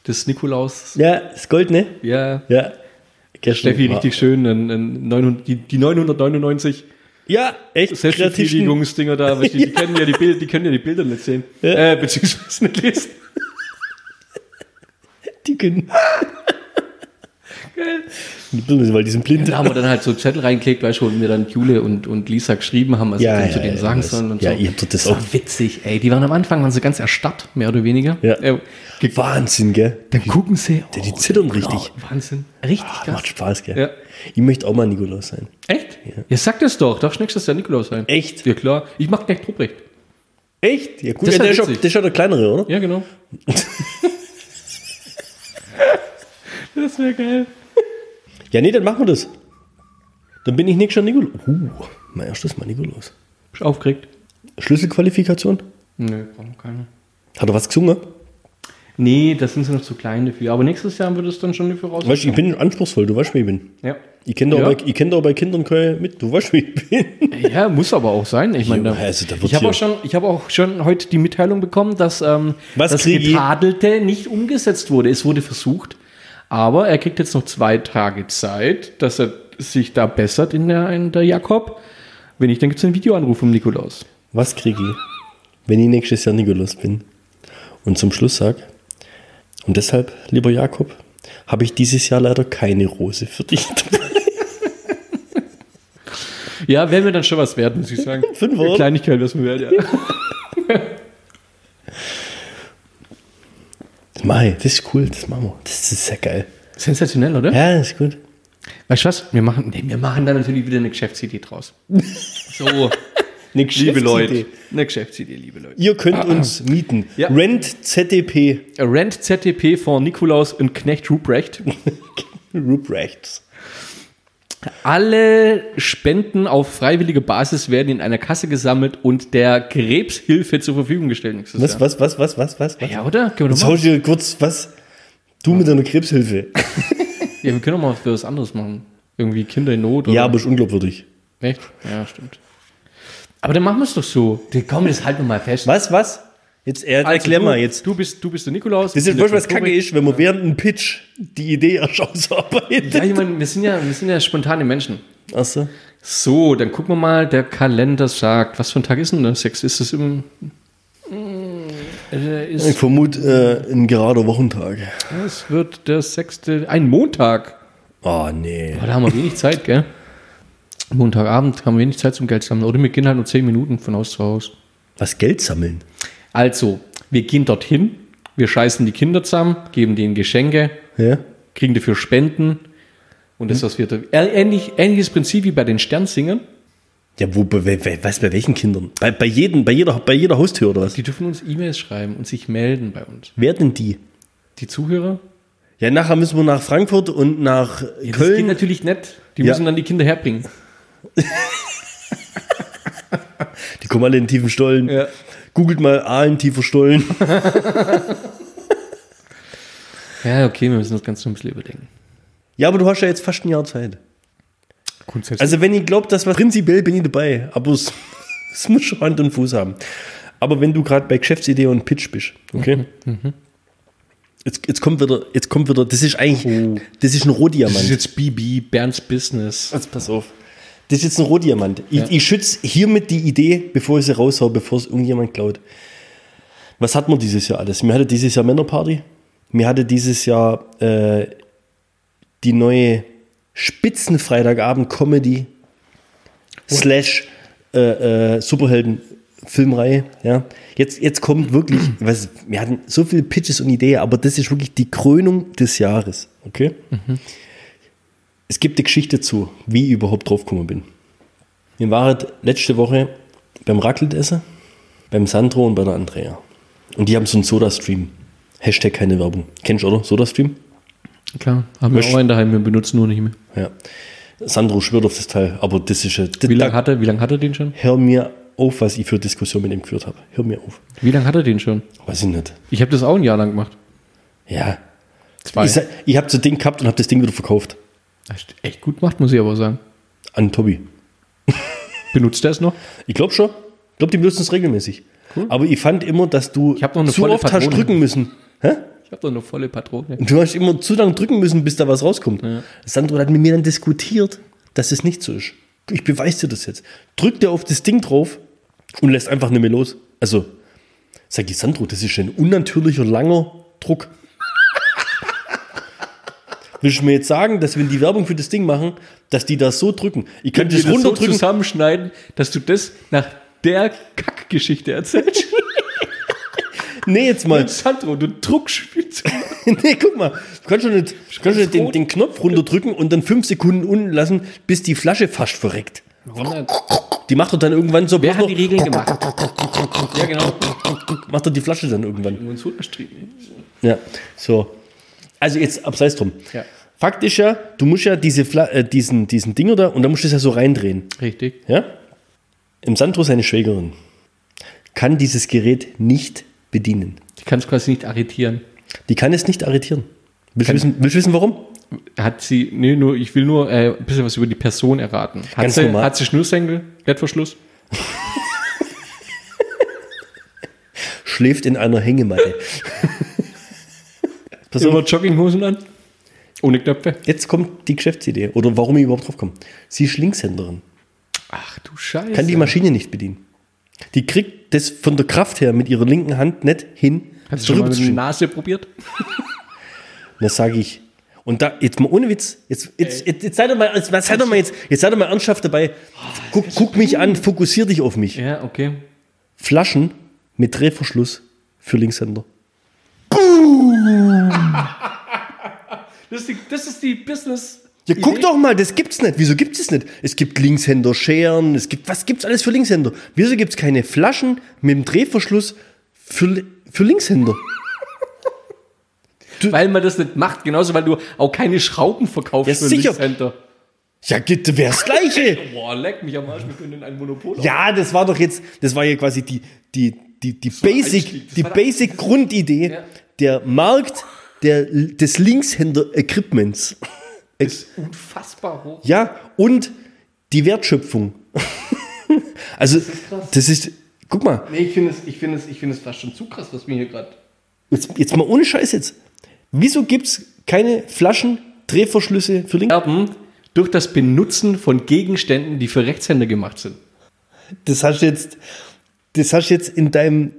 A: des Nikolaus.
B: Ja, das Gold, ne?
A: Ja,
B: Ja. Gestern
A: Steffi,
B: war-
A: richtig schön. Dann, dann 900, die, die 999
B: Ja, echt. Kreativen.
A: Selbstbefriedigungsdinger da. weißt du, Die, die, können ja die Bilder, die können ja die Bilder nicht sehen.
B: Ja.
A: Äh, beziehungsweise nicht lesen.
B: Die können. Die Bilder sind, weil die sind blind.
A: Da haben wir dann halt so Zettel reingelegt, weißt du, wo mir dann Jule und, und Lisa geschrieben haben, was
B: Ja,
A: sie dann
B: ja,
A: zu denen
B: ja,
A: sagen
B: das-
A: sollen. Und
B: ja,
A: so.
B: ihr tut das
A: war
B: auch.
A: witzig, ey. Die waren am Anfang, waren sie ganz erstarrt, mehr oder weniger.
B: Ja.
A: Äh, ge- Oh, genau.
B: Wahnsinn, gell?
A: dann gucken sie.
B: Die- die zittern richtig.
A: Wahnsinn. Richtig
B: Ah,
A: krass.
B: macht Spaß, gell?
A: Ja.
B: Ich möchte auch mal Nikolaus sein.
A: Echt? Ja. ja, sag das doch. Darf nächstes Jahr Nikolaus sein.
B: Echt?
A: Ja, klar. Ich mach gleich Ruprecht.
B: Echt? Ja, gut,
A: Das
B: ja,
A: war
B: der, ist ja,
A: witzig.
B: der ist ja der kleinere, oder?
A: Ja, genau. das wäre geil.
B: Ja, nee, dann machen wir das. Dann bin ich nicht schon Nikolaus. Uh, mein erstes Mal Nikolaus.
A: Bist du aufgeregt?
B: Schlüsselqualifikation?
A: Nö, brauchen keine.
B: Hat er was gesungen?
A: Nee, das sind sie noch zu klein dafür. Aber nächstes Jahr wird es dann schon dafür raus.
B: Weißt du, ich bin anspruchsvoll, du weißt, wie ich bin.
A: Ja.
B: Ich kenne da,
A: Ja.
B: auch bei- ich kenn da auch bei Kindern keine mit, du weißt, wie ich bin.
A: ja, muss aber auch sein. Ich meine,
B: Ja,
A: da-
B: also da wird
A: ich habe
B: hier-
A: auch, schon- ich hab auch schon heute die Mitteilung bekommen, dass ähm,
B: Was
A: das
B: krieg ich?
A: Getadelte nicht umgesetzt wurde. Es wurde versucht, aber er kriegt jetzt noch zwei Tage Zeit, dass er sich da bessert in der, in der Jakob. Wenn nicht, dann gibt es einen Videoanruf vom Nikolaus.
B: Was kriege ich, wenn ich nächstes Jahr Nikolaus bin? Und zum Schluss sag, und deshalb, lieber Jakob, habe ich dieses Jahr leider keine Rose für dich.
A: Ja, wäre mir dann schon was wert, muss ich sagen.
B: Fünfer, oder?
A: Kleinigkeit wäre es mir wert, ja.
B: Mai, das ist cool, das machen wir. Das ist sehr geil.
A: Sensationell, oder?
B: Ja, das ist gut.
A: Weißt du was? Wir machen, nee, wir machen da natürlich wieder eine Geschäftsidee draus. So,
B: Eine
A: liebe Leute.
B: Geschäftsidee.
A: Eine Geschäftsidee, liebe Leute.
B: Ihr könnt uns mieten.
A: Ah, Ja.
B: Rent ZDP
A: Rent ZTP von Nikolaus und Knecht Ruprecht.
B: Ruprechts.
A: Alle Spenden auf freiwillige Basis werden in einer Kasse gesammelt und der Krebshilfe zur Verfügung gestellt. nächstes
B: Was,
A: Jahr.
B: was, was, was, was, was, was?
A: Ja, oder? Können wir,
B: Jetzt
A: doch
B: hau
A: mal,
B: ich dir kurz was. Du mit deiner Krebshilfe.
A: ja, wir können doch mal was für was anderes machen. Irgendwie Kinder in Not oder
B: Ja, aber ist unglaubwürdig.
A: Echt? Ja, stimmt. Aber dann machen wir es doch so. Dann komm, das halten wir mal fest.
B: Was, was? Jetzt er,
A: Also
B: erklär
A: du,
B: mal jetzt.
A: Du bist, du bist der Nikolaus.
B: Das
A: ich
B: ist
A: bin der
B: weißt du, was
A: Knecht
B: kacke
A: Ruprecht.
B: ist, wenn man während einem Pitch die Idee erst ausarbeitet.
A: Ja, ich meine, wir sind ja, wir sind ja spontane Menschen.
B: Achso.
A: So, dann gucken wir mal, der Kalender sagt, was für ein Tag ist denn das? Sechs ist es im. Äh,
B: Ich
A: Ist,
B: vermute äh, ein gerader Wochentag.
A: es wird der sechste, ein Montag.
B: Oh, nee.
A: Aber da haben wir wenig Zeit, gell? Montagabend haben wir wenig Zeit zum Geld sammeln. Oder wir gehen halt nur zehn Minuten von Haus zu Haus.
B: Was Geld sammeln?
A: Also, wir gehen dorthin, wir scheißen die Kinder zusammen, geben denen Geschenke,
B: Ja?
A: kriegen dafür Spenden. Und
B: Hm.
A: das, was wir da. Ä- Ähnlich, ähnliches Prinzip wie bei den Sternsingern.
B: Ja, wo, bei, bei, was, bei welchen Kindern? Bei, bei, jedem, bei, jeder, bei jeder Haustür oder was?
A: Die dürfen uns E-Mails schreiben und sich melden bei uns.
B: Wer denn die?
A: Die Zuhörer
B: Ja, nachher müssen wir nach Frankfurt und nach
A: Das geht
B: Köln.
A: natürlich nicht. Die
B: Ja.
A: müssen dann die Kinder herbringen.
B: Die kommen alle in tiefen Stollen.
A: Ja.
B: Googelt mal Aalen tiefer Stollen.
A: Ja, okay, wir müssen das Ganze ein bisschen überdenken.
B: ja, aber du hast ja jetzt fast ein Jahr Zeit.
A: Grundsätzlich.
B: Also wenn ihr glaubt, dass was prinzipiell bin ich dabei, aber es, es muss schon Hand und Fuß haben. Aber wenn du gerade bei Geschäftsidee und Pitch bist, okay?
A: Mhm,
B: Jetzt, jetzt kommt wieder, jetzt kommt wieder, das ist eigentlich,
A: Oh.
B: das ist ein
A: Das ist
B: Rohdiamant.
A: jetzt BB, Bernds Business.
B: Jetzt pass auf. Das ist jetzt ein Rohdiamant. Ich,
A: Ja.
B: ich schütze hiermit die Idee, bevor ich sie raushau, bevor es irgendjemand klaut. Was hat man dieses Jahr alles? Mir hatte dieses Jahr Männerparty. Mir hatte dieses Jahr äh, die neue Spitzenfreitagabend-Comedy slash äh, äh, Superhelden-Filmreihe. Ja. Jetzt, jetzt kommt wirklich, was, wir hatten so viele Pitches und Ideen, aber das ist wirklich die Krönung des Jahres. Okay? Es gibt eine Geschichte zu, wie ich überhaupt draufgekommen bin. Wir waren letzte Woche beim Raclette-Essen, beim Sandro und bei der Andrea. Und die haben so einen Soda-Stream. Hashtag keine Werbung. Kennst du, oder? Soda-Stream?
A: Klar, haben wir
B: Möchtest-
A: auch einen daheim, wir benutzen nur nicht mehr.
B: Ja. Sandro schwört auf das Teil, aber das ist ja.
A: Wie lange hat er, wie lange hat er den schon?
B: Hör mir auf, was ich für Diskussion mit ihm geführt habe. Hör mir auf.
A: Wie lange hat er den schon?
B: Weiß ich nicht.
A: Ich habe das auch ein Jahr lang gemacht.
B: Ja.
A: Zwei.
B: Ich, sag- ich habe so Ding gehabt und habe das Ding wieder verkauft.
A: Hast du echt gut gemacht, muss ich aber sagen.
B: An Tobi.
A: Benutzt er es noch?
B: Ich glaube schon. Ich glaube, die benutzen es regelmäßig. Aber ich fand immer, dass du
A: Ich hab noch eine
B: zu
A: volle
B: oft hast
A: Patrone.
B: drücken müssen. Hä?
A: Ich habe doch eine volle Patrone.
B: Und du hast immer zu lange drücken müssen, bis da was rauskommt. Sandro hat mit mir dann diskutiert, dass es nicht so ist. Ich beweise dir das jetzt. Drückt er auf das Ding drauf und lässt einfach nicht mehr los. Also, sag ich, Sandro, das ist ein unnatürlicher, langer Druck. Willst du mir jetzt sagen, dass wenn die Werbung für das Ding machen, dass die das so drücken? Ich könnte
A: Das
B: es runterdrücken.
A: zusammenschneiden, dass du das nach der Kackgeschichte erzählst.
B: nee, jetzt mal.
A: Sandro, du Druckspielst.
B: nee, guck mal. Du kannst schon nicht, du kannst schon nicht den, den Knopf runterdrücken und dann fünf Sekunden unten lassen, bis die Flasche fast verreckt. Die macht doch dann irgendwann so.
A: Wer
B: bloß
A: hat die Regeln gemacht? ja, genau.
B: noch, macht doch die Flasche dann irgendwann.
A: Nur ein Sodastrieben.
B: Ja, so. Also jetzt abseits drum.
A: Ja.
B: Fakt ist ja, du musst ja diese Fla äh, diesen, diesen Dinger da und dann musst du es ja so reindrehen.
A: Richtig.
B: Ja? Im Sandro, seine Schwägerin, kann dieses Gerät nicht bedienen.
A: Ich kann es quasi nicht arretieren.
B: Die kann es nicht arretieren. Willst du wissen, willst du wissen warum?
A: Hat sie, nee, nur, ich will nur äh, ein bisschen was über die Person erraten. Hat
B: Ganz
A: sie,
B: normal.
A: Hat sie Schnürsenkel, Klettverschluss?
B: Schläft in einer Hängematte. Pass auf.
A: Immer Jogginghosen an? Ohne Knöpfe?
B: Jetzt kommt die Geschäftsidee oder warum ich überhaupt drauf komme. Sie ist Linkshänderin,
A: Ach du Scheiße.
B: kann die Maschine nicht bedienen. Die kriegt das von der Kraft her mit ihrer linken Hand nicht hin,
A: Hast du schon mal mit der
B: schieben.
A: Nase probiert?
B: Das sage ich. Und da, jetzt mal ohne Witz, jetzt, jetzt, jetzt, jetzt seid ihr mal, jetzt, seid ihr mal, jetzt, jetzt seid ihr mal ernsthaft dabei. Guck,
A: Oh,
B: guck mich an, fokussier dich auf mich.
A: Ja, okay.
B: Flaschen mit Drehverschluss für Linkshänder.
A: Das ist die, das ist die Business.
B: Ja, guck doch mal, das gibt's nicht. Wieso gibt's es nicht? Es gibt Linkshänder Scheren, es gibt, was gibt's alles für Linkshänder? Wieso gibt's keine Flaschen mit dem Drehverschluss für, für Linkshänder?
A: Weil man das nicht macht, genauso weil du auch keine Schrauben verkaufst
B: Ja,
A: für ein
B: sicher.
A: Lichtcenter.
B: Ja, geht, wär's das Gleiche.
A: Boah, leck mich am Arsch, wir können in ein Monopol
B: Ja, das war doch jetzt, das war ja quasi die, die, die, die
A: war der
B: Basic,
A: Einstieg, das
B: die
A: war der-
B: Basic Grundidee,
A: Ja.
B: der Markt der, des Linkshänder-Equipments.
A: ist unfassbar hoch.
B: Ja, und die Wertschöpfung. also, das ist, guck mal,
A: Nee, ich finde es, ich finde es, ich finde es fast schon zu krass, was mir hier gerade.
B: jetzt, jetzt mal ohne Scheiß jetzt. Wieso gibt's keine Flaschen, Drehverschlüsse für Linkshänder?
A: Erben durch das Benutzen von Gegenständen, die für Rechtshänder gemacht sind.
B: Das hast du jetzt, das hast du jetzt in deinem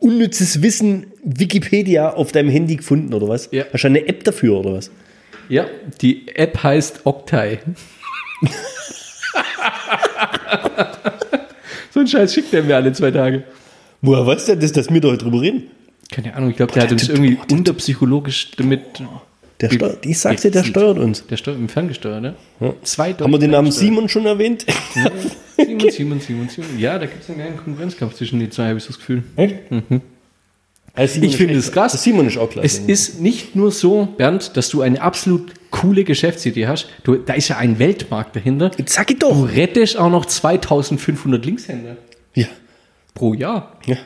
B: unnützes Wissen Wikipedia auf deinem Handy gefunden, oder was?
A: Ja.
B: Hast du eine App dafür, oder was?
A: Ja, die App heißt Octai. so ein Scheiß schickt er mir alle zwei Tage.
B: Woher weißt du denn das, dass wir da heute drüber reden?
A: Keine Ahnung, ich glaube, der hat uns irgendwie unterpsychologisch damit.
B: Der steuert, ich sag's dir, der steuert uns.
A: Der steuert im Ferngesteuer, ne? Zwei
B: Haben wir den Namen Simon schon erwähnt?
A: Simon, Simon, Simon, Simon. Ja, da gibt es einen geilen Konkurrenzkampf zwischen den zwei, habe ich das Gefühl.
B: Echt? Also Simon
A: Ich
B: ist
A: finde
B: echt-
A: es krass.
B: Der Simon ist auch klasse.
A: Es ist nicht nur so, Bernd, dass du eine absolut coole Geschäftsidee hast. Du, da ist ja ein Weltmarkt dahinter.
B: Sag ich
A: Du
B: doch.
A: rettest auch noch 2500 Linkshänder
B: Ja.
A: pro Jahr.
B: ja.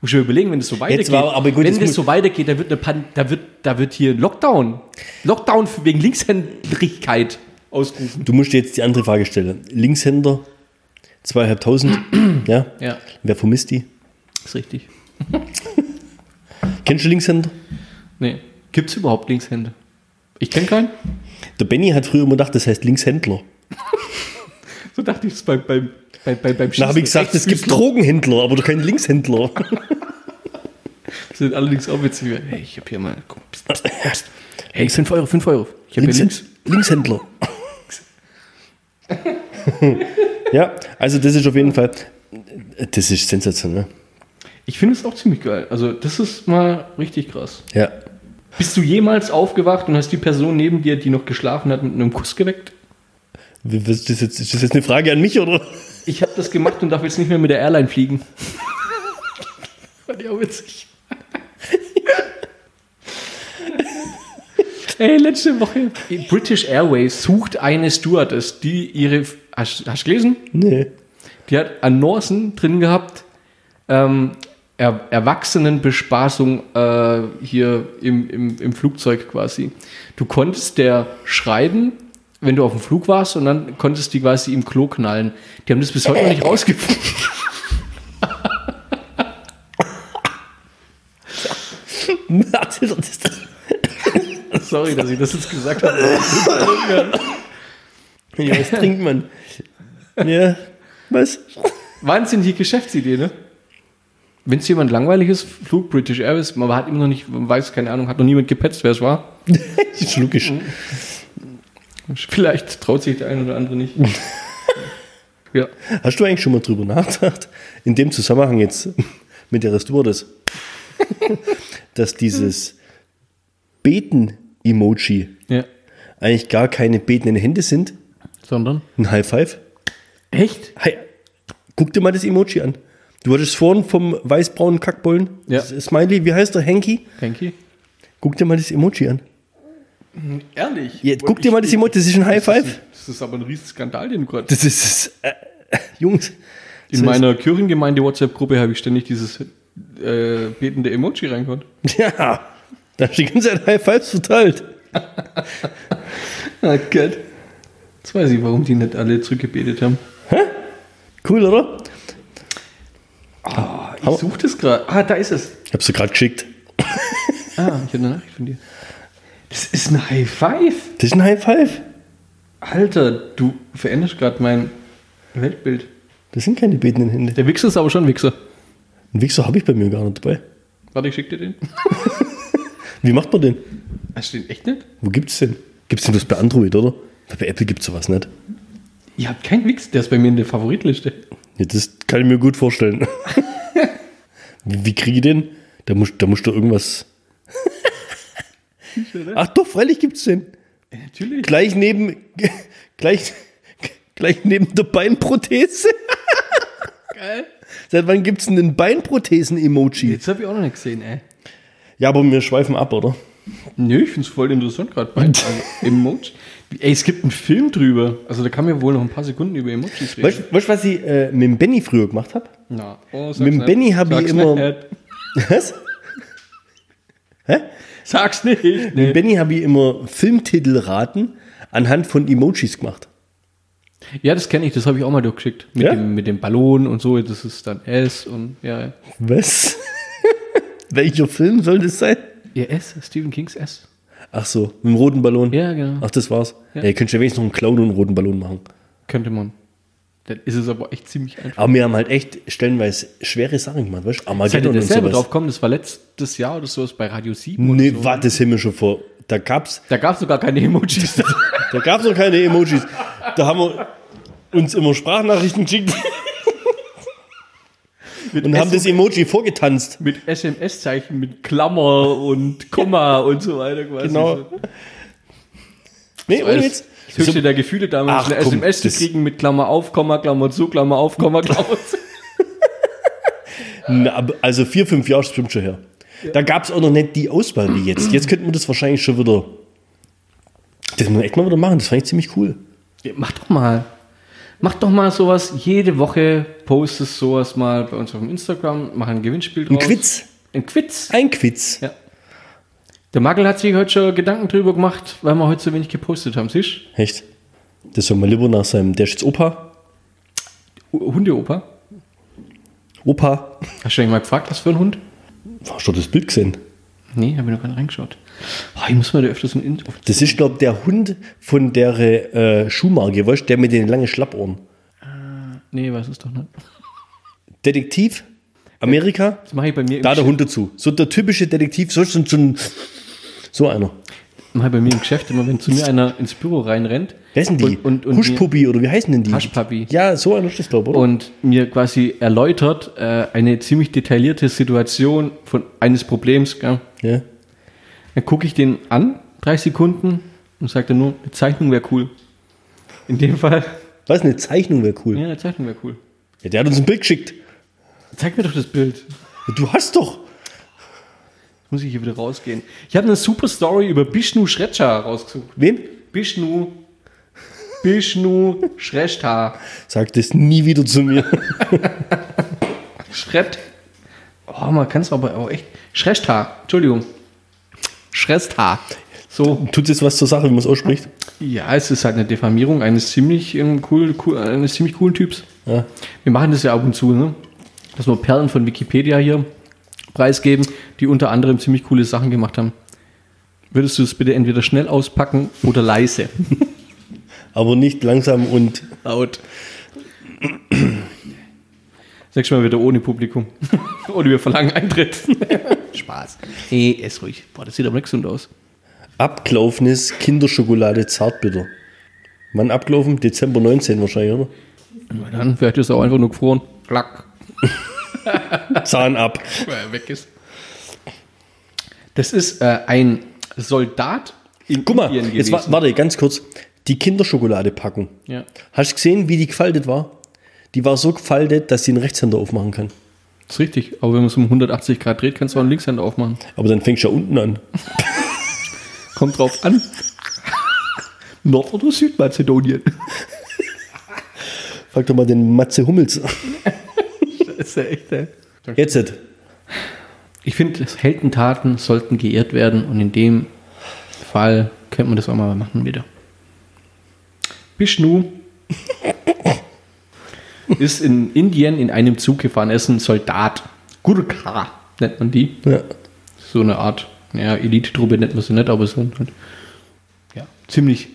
A: Muss ich mir überlegen, wenn das so weitergeht.
B: war aber gut,
A: wenn
B: jetzt
A: das
B: muss-
A: so weitergeht, da wird, eine Pan da, wird, da wird hier Lockdown. Lockdown für- wegen Linkshändrigkeit ausgerufen.
B: Du musst dir jetzt die andere Frage stellen. Linkshänder, zweieinhalbtausend, ja?
A: Ja.
B: Wer vermisst die?
A: Ist richtig.
B: Kennst du Linkshänder?
A: Nee. Gibt es überhaupt Linkshänder? Ich kenne keinen.
B: Der Benny hat früher immer gedacht, das heißt Linkshändler.
A: So dachte ich es bei, beim, bei, bei, beim
B: Da habe ich gesagt, es gibt
A: Rechtfüßler.
B: Drogenhändler, aber doch keinen Linkshändler.
A: sind allerdings auch witzig. Hey, ich habe hier mal. guck, Psst, psst, psst. Hey, 5 Euro, 5 Euro. Ich habe hier links.
B: Linkshändler. ja, also das ist auf jeden Fall, das ist sensationell.
A: Ich finde es auch ziemlich geil. Also, das ist mal richtig krass.
B: Ja.
A: Bist du jemals aufgewacht und hast die Person neben dir, die noch geschlafen hat, mit einem Kuss geweckt?
B: Wie- was Ist das jetzt, ist das jetzt eine Frage an mich, oder?
A: Ich habe das gemacht und darf jetzt nicht mehr mit der Airline fliegen. War ja witzig. Ey, letzte Woche. British Airways sucht eine Stewardess, die ihre. Hast hast du gelesen?
B: Nee.
A: Die hat Annoncen drin gehabt, ähm, er, Erwachsenenbespaßung äh, hier im, im, im Flugzeug quasi. Du konntest der schreiben, wenn du auf dem Flug warst, und dann konntest du die quasi im Klo knallen. Die haben das bis heute noch nicht rausgefunden. Sorry, dass ich das jetzt gesagt habe.
B: ja, was trinkt man? Ja, was?
A: Wahnsinnige Geschäftsidee, ne? Wenn es jemand langweilig ist, Flug British Airways, man hat immer noch nicht, man weiß keine Ahnung, hat noch niemand gepetzt, wer es war.
B: ist logisch.
A: Vielleicht traut sich der eine oder andere nicht. ja.
B: Hast du eigentlich schon mal drüber nachgedacht, in dem Zusammenhang jetzt mit der Stewardess, dass dieses Beten-Emoji
A: ja.
B: eigentlich gar keine betenden Hände sind?
A: Sondern?
B: Ein High Five?
A: Echt?
B: Hi. Guck dir mal das Emoji an. Du hattest vorhin vom weißbraunen Kackbollen.
A: Ja.
B: Das ist Smiley, wie heißt der? Henki?
A: Henki?
B: Guck dir mal das Emoji an.
A: Ehrlich?
B: Ja, guck dir mal das Emoji, das ist ein High Five.
A: Das ist aber ein riesen Skandal, den du gerade...
B: Das ist, äh, Jungs.
A: In
B: das
A: meiner Kirchengemeinde-WhatsApp-Gruppe habe ich ständig dieses äh, betende Emoji reingehauen.
B: Ist, ja, da hast du die ganze Zeit High Fives verteilt.
A: Ah, Gott. Jetzt weiß ich, warum die nicht alle zurückgebetet haben.
B: Cool, oder?
A: Ich suche das gerade. Ah, da ist es.
B: Ich hab's dir gerade geschickt.
A: Ah, ich habe eine Nachricht von dir. Das ist ein High Five.
B: Das ist ein High Five.
A: Alter, du veränderst gerade mein Weltbild.
B: Das sind keine betenden Hände.
A: Der Wichser ist aber schon ein Wichser.
B: Einen Wichser habe ich bei mir gar nicht dabei.
A: Warte, ich schick dir den.
B: Wie macht man den?
A: Hast du den echt nicht?
B: Wo gibt's den? Gibt's den bloß bei Android, oder? Weil Bei Apple gibt's sowas nicht.
A: Ihr habt keinen Wix, der ist bei mir in der Favoritliste.
B: Ja, das kann ich mir gut vorstellen. wie wie kriege ich den? Da musst, da musst du irgendwas. Ach doch, freilich gibt's den.
A: Natürlich.
B: Gleich neben. Gleich, gleich neben der Beinprothese.
A: Geil.
B: Seit wann gibt's denn ein Beinprothesen-Emoji?
A: Jetzt habe ich auch noch nicht gesehen, ey.
B: Ja, aber wir schweifen ab, oder?
A: Nö, ich finde es voll interessant gerade bei also, Emoji. Ey, es gibt einen Film drüber. Also da kann man wohl noch ein paar Sekunden über Emojis reden.
B: Weißt du, weißt du, was ich äh, mit dem Benny früher gemacht habe?
A: Na, oh, sag's
B: Mit dem
A: nicht.
B: Benny hab ich
A: Sag's
B: immer-
A: Nicht.
B: Was?
A: Sag's nicht.
B: Mit Benny habe ich immer Filmtitel raten anhand von Emojis gemacht.
A: Ja, das kenne ich, das habe ich auch mal durchgeschickt. Mit,
B: Ja?
A: dem, mit dem Ballon und so, das ist dann S und ja. ja.
B: Was? Welcher Film soll das sein?
A: Ja, S, Stephen Kings S.
B: Ach so, mit dem roten Ballon.
A: Ja, genau.
B: Ach, das war's.
A: Ja.
B: Ja. ihr könnt ja wenigstens noch einen Clown und einen roten Ballon machen.
A: Könnte man. Dann ist es aber echt ziemlich einfach.
B: Aber wir haben halt echt stellenweise schwere Sachen gemacht, weißt du?
A: Seid ihr
B: Armageddon und
A: dasselbe
B: sowas.
A: drauf kommen? Das war letztes Jahr oder sowas bei Radio 7. oder
B: nee,
A: so.
B: war das Himmel schon vor. Da gab's,
A: Da gab es sogar keine Emojis.
B: da gab's noch keine Emojis. Da haben wir uns immer Sprachnachrichten geschickt und haben das Emoji vorgetanzt.
A: mit SMS-Zeichen, mit Klammer und Komma und so weiter. Quasi.
B: Genau. Nee,
A: Das,
B: ohne
A: das
B: Witz.
A: höchste der Gefühle damals,
B: Ach,
A: eine
B: komm,
A: SMS zu
B: das-
A: kriegen mit Klammer auf, Komma, Klammer zu, Klammer auf, Komma, Klammer zu.
B: Na, aber- also vier, fünf Jahre ist bestimmt schon her. Da gab's auch noch nicht die Auswahl wie jetzt. Jetzt könnten wir das wahrscheinlich schon wieder. Das müssen wir echt mal wieder machen. Das fand ich ziemlich cool.
A: Ja, Mach doch mal. Mach doch mal sowas. Jede Woche postest sowas mal bei uns auf dem Instagram. Mach ein Gewinnspiel draus.
B: Quiz.
A: Ein Quiz.
B: Ein Quiz.
A: Ja. Der Magel hat sich heute schon Gedanken drüber gemacht, weil wir heute so wenig gepostet haben. Siehst
B: Echt? Das soll mal lieber nach seinem. Der ist jetzt Opa.
A: du? Hundeopa.
B: Opa,
A: Hast du den mal gefragt, was für ein Hund?
B: hast du das Bild gesehen?
A: Nee, habe ich noch gar nicht reingeschaut. Oh, ich muss mal da öfters ein Intro.
B: Das ist, glaube ich, der Hund von der äh, Schuhmarke, weißt du, der mit den langen Schlappohren.
A: Nee, weiß es doch nicht.
B: Detektiv, Amerika,
A: Das mache ich bei mir im
B: da der
A: Geschäft-
B: Hund dazu. So der typische Detektiv, so, so, so, ein- so einer.
A: mache ich bei mir im Geschäft immer, wenn zu mir einer ins Büro reinrennt.
B: Wer sind die?
A: Und, und, und mir-
B: Huschpuppi oder wie heißen denn die?
A: Haschpapi.
B: Ja, so einer ist das, glaube ich, oder?
A: und mir quasi erläutert äh, eine ziemlich detaillierte Situation von eines Problems. Gell?
B: Ja.
A: Dann gucke ich den an, 30 Sekunden, und sage dann nur, eine Zeichnung wäre cool. In dem Fall,
B: Was, eine Zeichnung wäre cool.
A: ja,
B: Ja.
A: eine Zeichnung wäre cool.
B: der hat uns ein Bild geschickt.
A: Zeig mir doch das Bild.
B: Du hast doch.
A: Jetzt muss ich hier wieder rausgehen. Ich habe eine super Story über Bishnu Shrestha rausgesucht.
B: Wem?
A: Bishnu, Bishnu Shrestha.
B: Sag das nie wieder zu mir.
A: Schret. Oh, man kann es aber auch echt. Schreshta, Entschuldigung. Schreshta. So.
B: Tut jetzt was zur Sache, wie man es ausspricht?
A: Ja, es ist halt eine Diffamierung eines ziemlich, ähm, cool, cool, eines ziemlich coolen Typs.
B: Ja.
A: Wir machen das ja ab und zu, ne? Dass wir Perlen von Wikipedia hier preisgeben, die unter anderem ziemlich coole Sachen gemacht haben. Würdest du es bitte entweder schnell auspacken oder leise?
B: Aber nicht langsam und
A: Laut. Sagst du mal wieder ohne Publikum. Oder wir verlangen Eintritt. Spaß. Nee, ist ruhig. Boah, das sieht aber nicht gesund aus.
B: abgelaufenes Kinderschokolade Zartbitter. Wann abgelaufen? Dezember 19 wahrscheinlich, oder?
A: Na dann, vielleicht ist er auch einfach nur gefroren. Klack,
B: Zahn ab.
A: weil er weg ist. Das ist äh, ein Soldat in
B: Guck mal,
A: Indien
B: jetzt wa-
A: gewesen.
B: warte, ganz kurz. Die Kinderschokolade-Packung.
A: Ja.
B: Hast du gesehen, wie die gefaltet war? Die war so gefaltet, dass sie einen Rechtshänder aufmachen kann.
A: ist richtig. Aber wenn man es um 180 Grad dreht, kannst du auch einen Linkshänder aufmachen.
B: Aber dann fängst du ja unten an.
A: Kommt drauf an. Nord- oder Südmazedonien.
B: Frag doch mal den Matze Hummels.
A: Das ist ja echt, äh, ey.
B: Jetzt. et.
A: Ich finde, Heldentaten sollten geehrt werden und in dem Fall könnte man das auch mal machen wieder. Bishnu ist in Indien in einem Zug gefahren. Er ist ein Soldat. Gurkha nennt man die.
B: Ja.
A: So eine Art ja, Elite-Truppe nennt man sie nicht, aber es sind halt, ja, ziemlich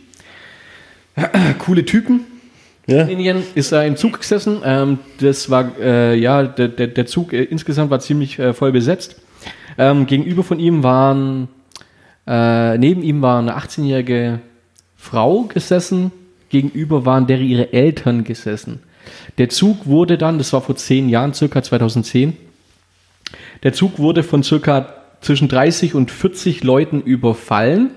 A: coole Typen.
B: ja.
A: In Indien ist er im Zug gesessen. Ähm, das war, äh, ja, der, der, der Zug äh, insgesamt war ziemlich äh, voll besetzt. Ähm, gegenüber von ihm waren, äh, neben ihm war eine 18-jährige Frau gesessen. Gegenüber waren der ihre Eltern gesessen. Der Zug wurde dann, das war vor zehn Jahren, circa 2010, der Zug wurde von circa zwischen 30 und 40 Leuten überfallen.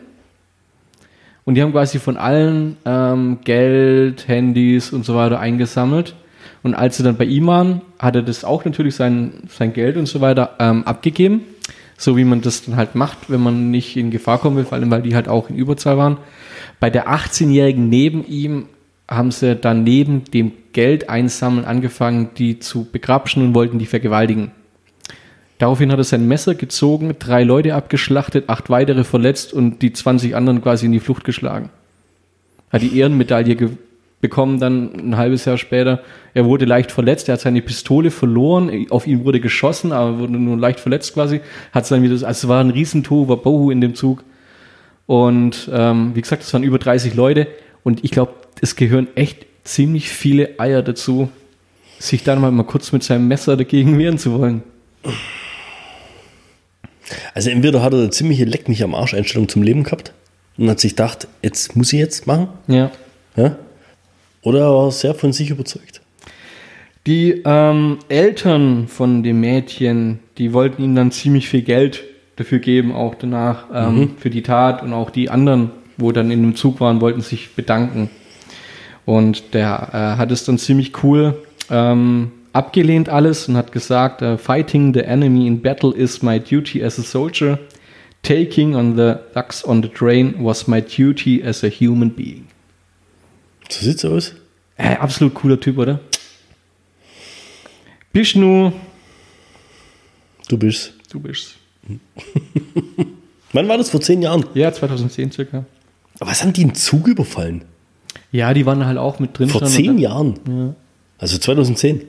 A: Und die haben quasi von allen ähm, Geld, Handys und so weiter eingesammelt. Und als sie dann bei ihm waren, hat er das auch natürlich sein, sein Geld und so weiter ähm, abgegeben. So wie man das dann halt macht, wenn man nicht in Gefahr kommen will, vor allem weil die halt auch in Überzahl waren. Bei der 18-Jährigen neben ihm haben sie dann neben dem Geld einsammeln angefangen, die zu begrapschen und wollten die vergewaltigen. Daraufhin hat er sein Messer gezogen, drei Leute abgeschlachtet, acht weitere verletzt und die 20 anderen quasi in die Flucht geschlagen. Hat die Ehrenmedaille ge- bekommen dann ein halbes Jahr später. Er wurde leicht verletzt, er hat seine Pistole verloren, auf ihn wurde geschossen, aber wurde nur leicht verletzt quasi. Hat sein wieder, also es war ein Riesentohu Wabohu in dem Zug. Und ähm, wie gesagt, es waren über 30 Leute und ich glaube, es gehören echt ziemlich viele Eier dazu, sich dann mal, mal kurz mit seinem Messer dagegen wehren zu wollen.
B: Also entweder hat er eine ziemliche Leck mich am Arsch Einstellung zum Leben gehabt und hat sich gedacht, jetzt muss ich jetzt machen.
A: Ja.
B: Ja? Oder er war sehr von sich überzeugt.
A: Die ähm, Eltern von dem Mädchen, die wollten ihm dann ziemlich viel Geld dafür geben, auch danach ähm, für die Tat und auch die anderen, wo dann in dem Zug waren, wollten sich bedanken. Und der äh, hat es dann ziemlich cool ähm, abgelehnt alles und hat gesagt, äh, Fighting the enemy in battle is my duty as a soldier. Taking on the ducks on the train was my duty as a human being.
B: So sieht's aus.
A: Äh, absolut cooler Typ, oder? Bishnu,
B: Du bist's.
A: du bist.
B: Wann war das? Vor zehn Jahren.
A: Ja, 2010 circa.
B: Aber Was haben die im Zug überfallen?
A: Ja, die waren halt auch mit drin.
B: Vor
A: schon und
B: zehn
A: dann-
B: Jahren. Also 2010.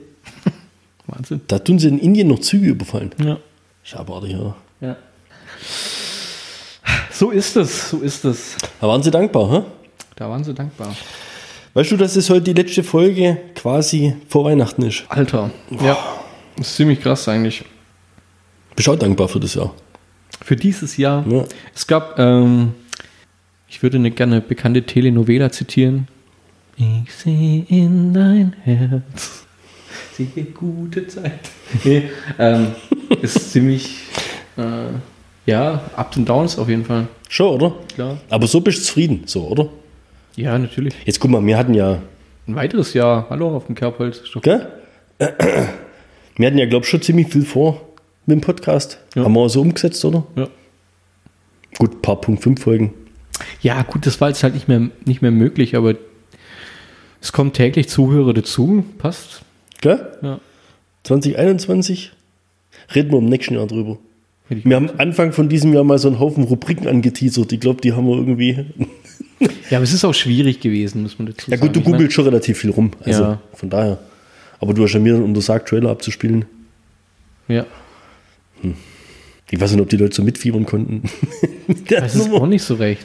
A: Wahnsinn.
B: Da tun sie in Indien noch Züge überfallen.
A: Ja.
B: Schabartig, oder?
A: ja. So ist es, so ist es.
B: Da waren sie dankbar, hä?
A: Da waren sie dankbar.
B: Weißt du, dass es heute die letzte Folge quasi vor Weihnachten ist?
A: Alter. Ja. Das ist ziemlich krass eigentlich.
B: Bist du auch dankbar für das Jahr? ne?
A: Für dieses Jahr.
B: Ja.
A: Es gab, ähm, ich würde eine gerne bekannte Telenovela zitieren. Ich sehe in dein Herz. Sehe gute Zeit. Nee, ähm, ist ziemlich, äh, ja, Ups und Downs auf jeden Fall.
B: Schon, oder?
A: Klar.
B: Aber so bist du zufrieden, so, oder?
A: Ja, natürlich.
B: Jetzt guck mal, wir hatten ja,
A: Ein weiteres Jahr. Hallo auf dem Kerbholz. Ist doch-
B: gell? Wir hatten ja, glaube ich, schon ziemlich viel vor mit dem Podcast.
A: Ja.
B: Haben wir auch so umgesetzt, oder?
A: Ja.
B: Gut, paar Punkt 5 Folgen.
A: ja, gut, das war jetzt halt nicht mehr, nicht mehr möglich, aber es kommen täglich Zuhörer dazu. Passt.
B: Gell?
A: Ja.
B: 2021? Reden wir im nächsten Jahr drüber.
A: Hätte ich-
B: Wir haben Anfang von diesem Jahr mal so einen Haufen Rubriken angeteasert. Ich glaube, die haben wir irgendwie.
A: Ja, aber es ist auch schwierig gewesen, muss man dazu
B: Ja,
A: sagen.
B: gut, du
A: Ich mein-
B: googelst schon relativ viel rum. Also
A: Ja.
B: von daher. Aber du hast ja mir untersagt, Trailer abzuspielen.
A: Ja,
B: Ich weiß nicht, ob die Leute so mitfiebern konnten. Mit der
A: das ist
B: Nummer.
A: auch nicht so recht.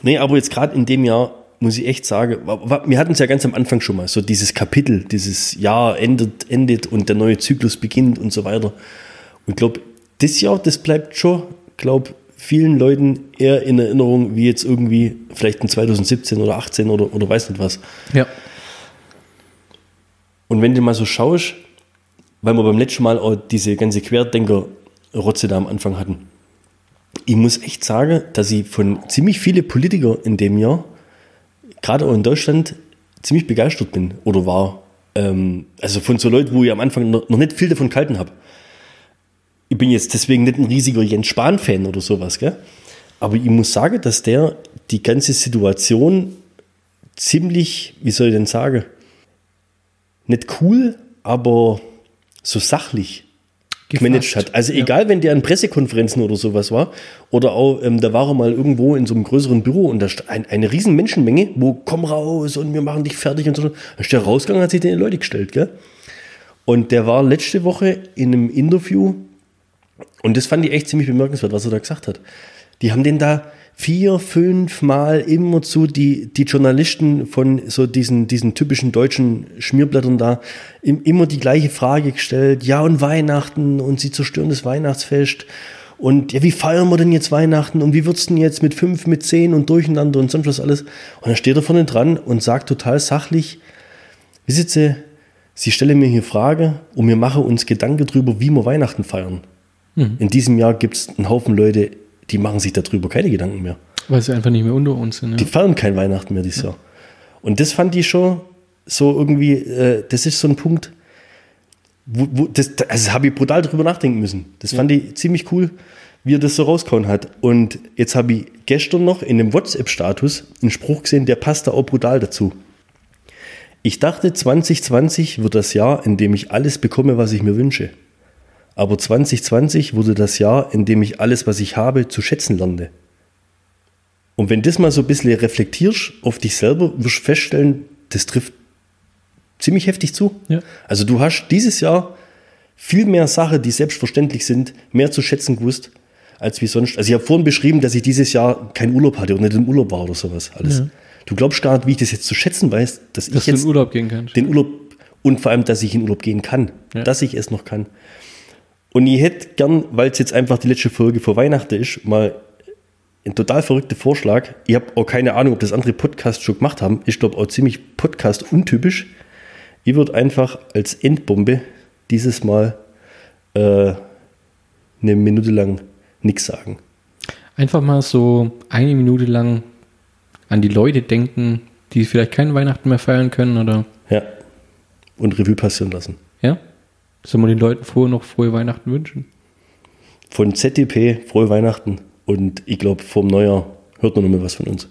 B: Nee, aber jetzt gerade in dem Jahr muss ich echt sagen, wa- wa- wir hatten es ja ganz am Anfang schon mal, so dieses Kapitel, dieses Jahr endet, endet und der neue Zyklus beginnt und so weiter. Und ich glaube, das Jahr, das bleibt schon, glaube vielen Leuten eher in Erinnerung, wie jetzt irgendwie vielleicht in 2017 oder 18 oder, oder weiß nicht was.
A: Ja.
B: Und wenn du mal so schaust, weil wir beim letzten Mal auch diese ganze Querdenker-Rotze da am Anfang hatten, ich muss echt sagen, dass ich von ziemlich viele Politiker in dem Jahr, gerade auch in Deutschland, ziemlich begeistert bin oder war. Ähm, also von so Leuten, wo ich am Anfang noch, noch nicht viel davon gehalten habe. Ich bin jetzt deswegen nicht ein riesiger Jens Spahn-Fan oder sowas, gell? Aber ich muss sagen, dass der die ganze Situation ziemlich, wie soll ich denn sagen, nicht cool, aber so sachlich gemanagt hat. Also egal, wenn der an Pressekonferenzen oder sowas war, oder auch, ähm, da war er mal irgendwo in so einem größeren Büro und da sta- ein, eine riesen Menschenmenge, wo komm raus und wir machen dich fertig und so. Dann ist der rausgegangen, hat sich den Leute gestellt, gell? Und der war letzte Woche in einem Interview und das fand ich echt ziemlich bemerkenswert, was er da gesagt hat. Die haben den da vier, fünf Mal immer zu die, die Journalisten von so diesen, diesen typischen deutschen Schmierblättern da im, immer die gleiche Frage gestellt. Ja, und Weihnachten und sie zerstören das Weihnachtsfest. Und ja, wie feiern wir denn jetzt Weihnachten? Und wie wird's denn jetzt mit fünf, mit zehn und durcheinander und sonst was alles? Und dann steht er vorne dran und sagt total sachlich, wissen Sie, Sie stellen mir hier Frage und wir machen uns Gedanken drüber, wie wir Weihnachten feiern. In diesem Jahr gibt es einen Haufen Leute, die machen sich darüber keine Gedanken mehr.
A: Weil sie einfach nicht mehr unter uns sind.
B: Die
A: Ja.
B: feiern kein Weihnachten mehr dieses Jahr. Und das fand ich schon so irgendwie, äh, das ist so ein Punkt, wo, wo das, also habe ich brutal drüber nachdenken müssen. Das fand ich ziemlich cool, wie er das so rausgehauen hat. Und jetzt habe ich gestern noch in dem WhatsApp-Status einen Spruch gesehen, der passt da auch brutal dazu. Ich dachte, 2020 wird das Jahr, in dem ich alles bekomme, was ich mir wünsche. Aber 2020 wurde das Jahr, in dem ich alles, was ich habe, zu schätzen lernte. Und wenn das mal so ein bisschen reflektierst auf dich selber, wirst du feststellen, das trifft ziemlich heftig zu.
A: Ja.
B: Also du hast dieses Jahr viel mehr Sachen, die selbstverständlich sind, mehr zu schätzen gewusst, als wie sonst. Also ich habe vorhin beschrieben, dass ich dieses Jahr keinen Urlaub hatte oder nicht im Urlaub war oder sowas alles.
A: Ja.
B: Du glaubst gar nicht, wie ich das jetzt zu schätzen weiß, dass, ich
A: Dass du in
B: jetzt
A: Urlaub gehen kannst.
B: den Urlaub und vor allem, dass ich in Urlaub gehen kann,
A: Ja.
B: dass ich es noch kann. Und ich hätte gern, weil es jetzt einfach die letzte Folge vor Weihnachten ist, mal ein total verrückter Vorschlag. Ich habe auch keine Ahnung, ob das andere Podcasts schon gemacht haben. Ich glaube auch ziemlich Podcast-untypisch. Ich würde einfach als Endbombe dieses Mal äh, eine Minute lang nichts sagen.
A: Einfach mal so eine Minute lang an die Leute denken, die vielleicht kein Weihnachten mehr feiern können oder.
B: Ja. Und Revue passieren lassen.
A: Ja? Sollen wir den Leuten vorher noch frohe Weihnachten wünschen?
B: Von ZDP, frohe Weihnachten. Und ich glaube, vorm Neujahr hört man noch mal was von uns.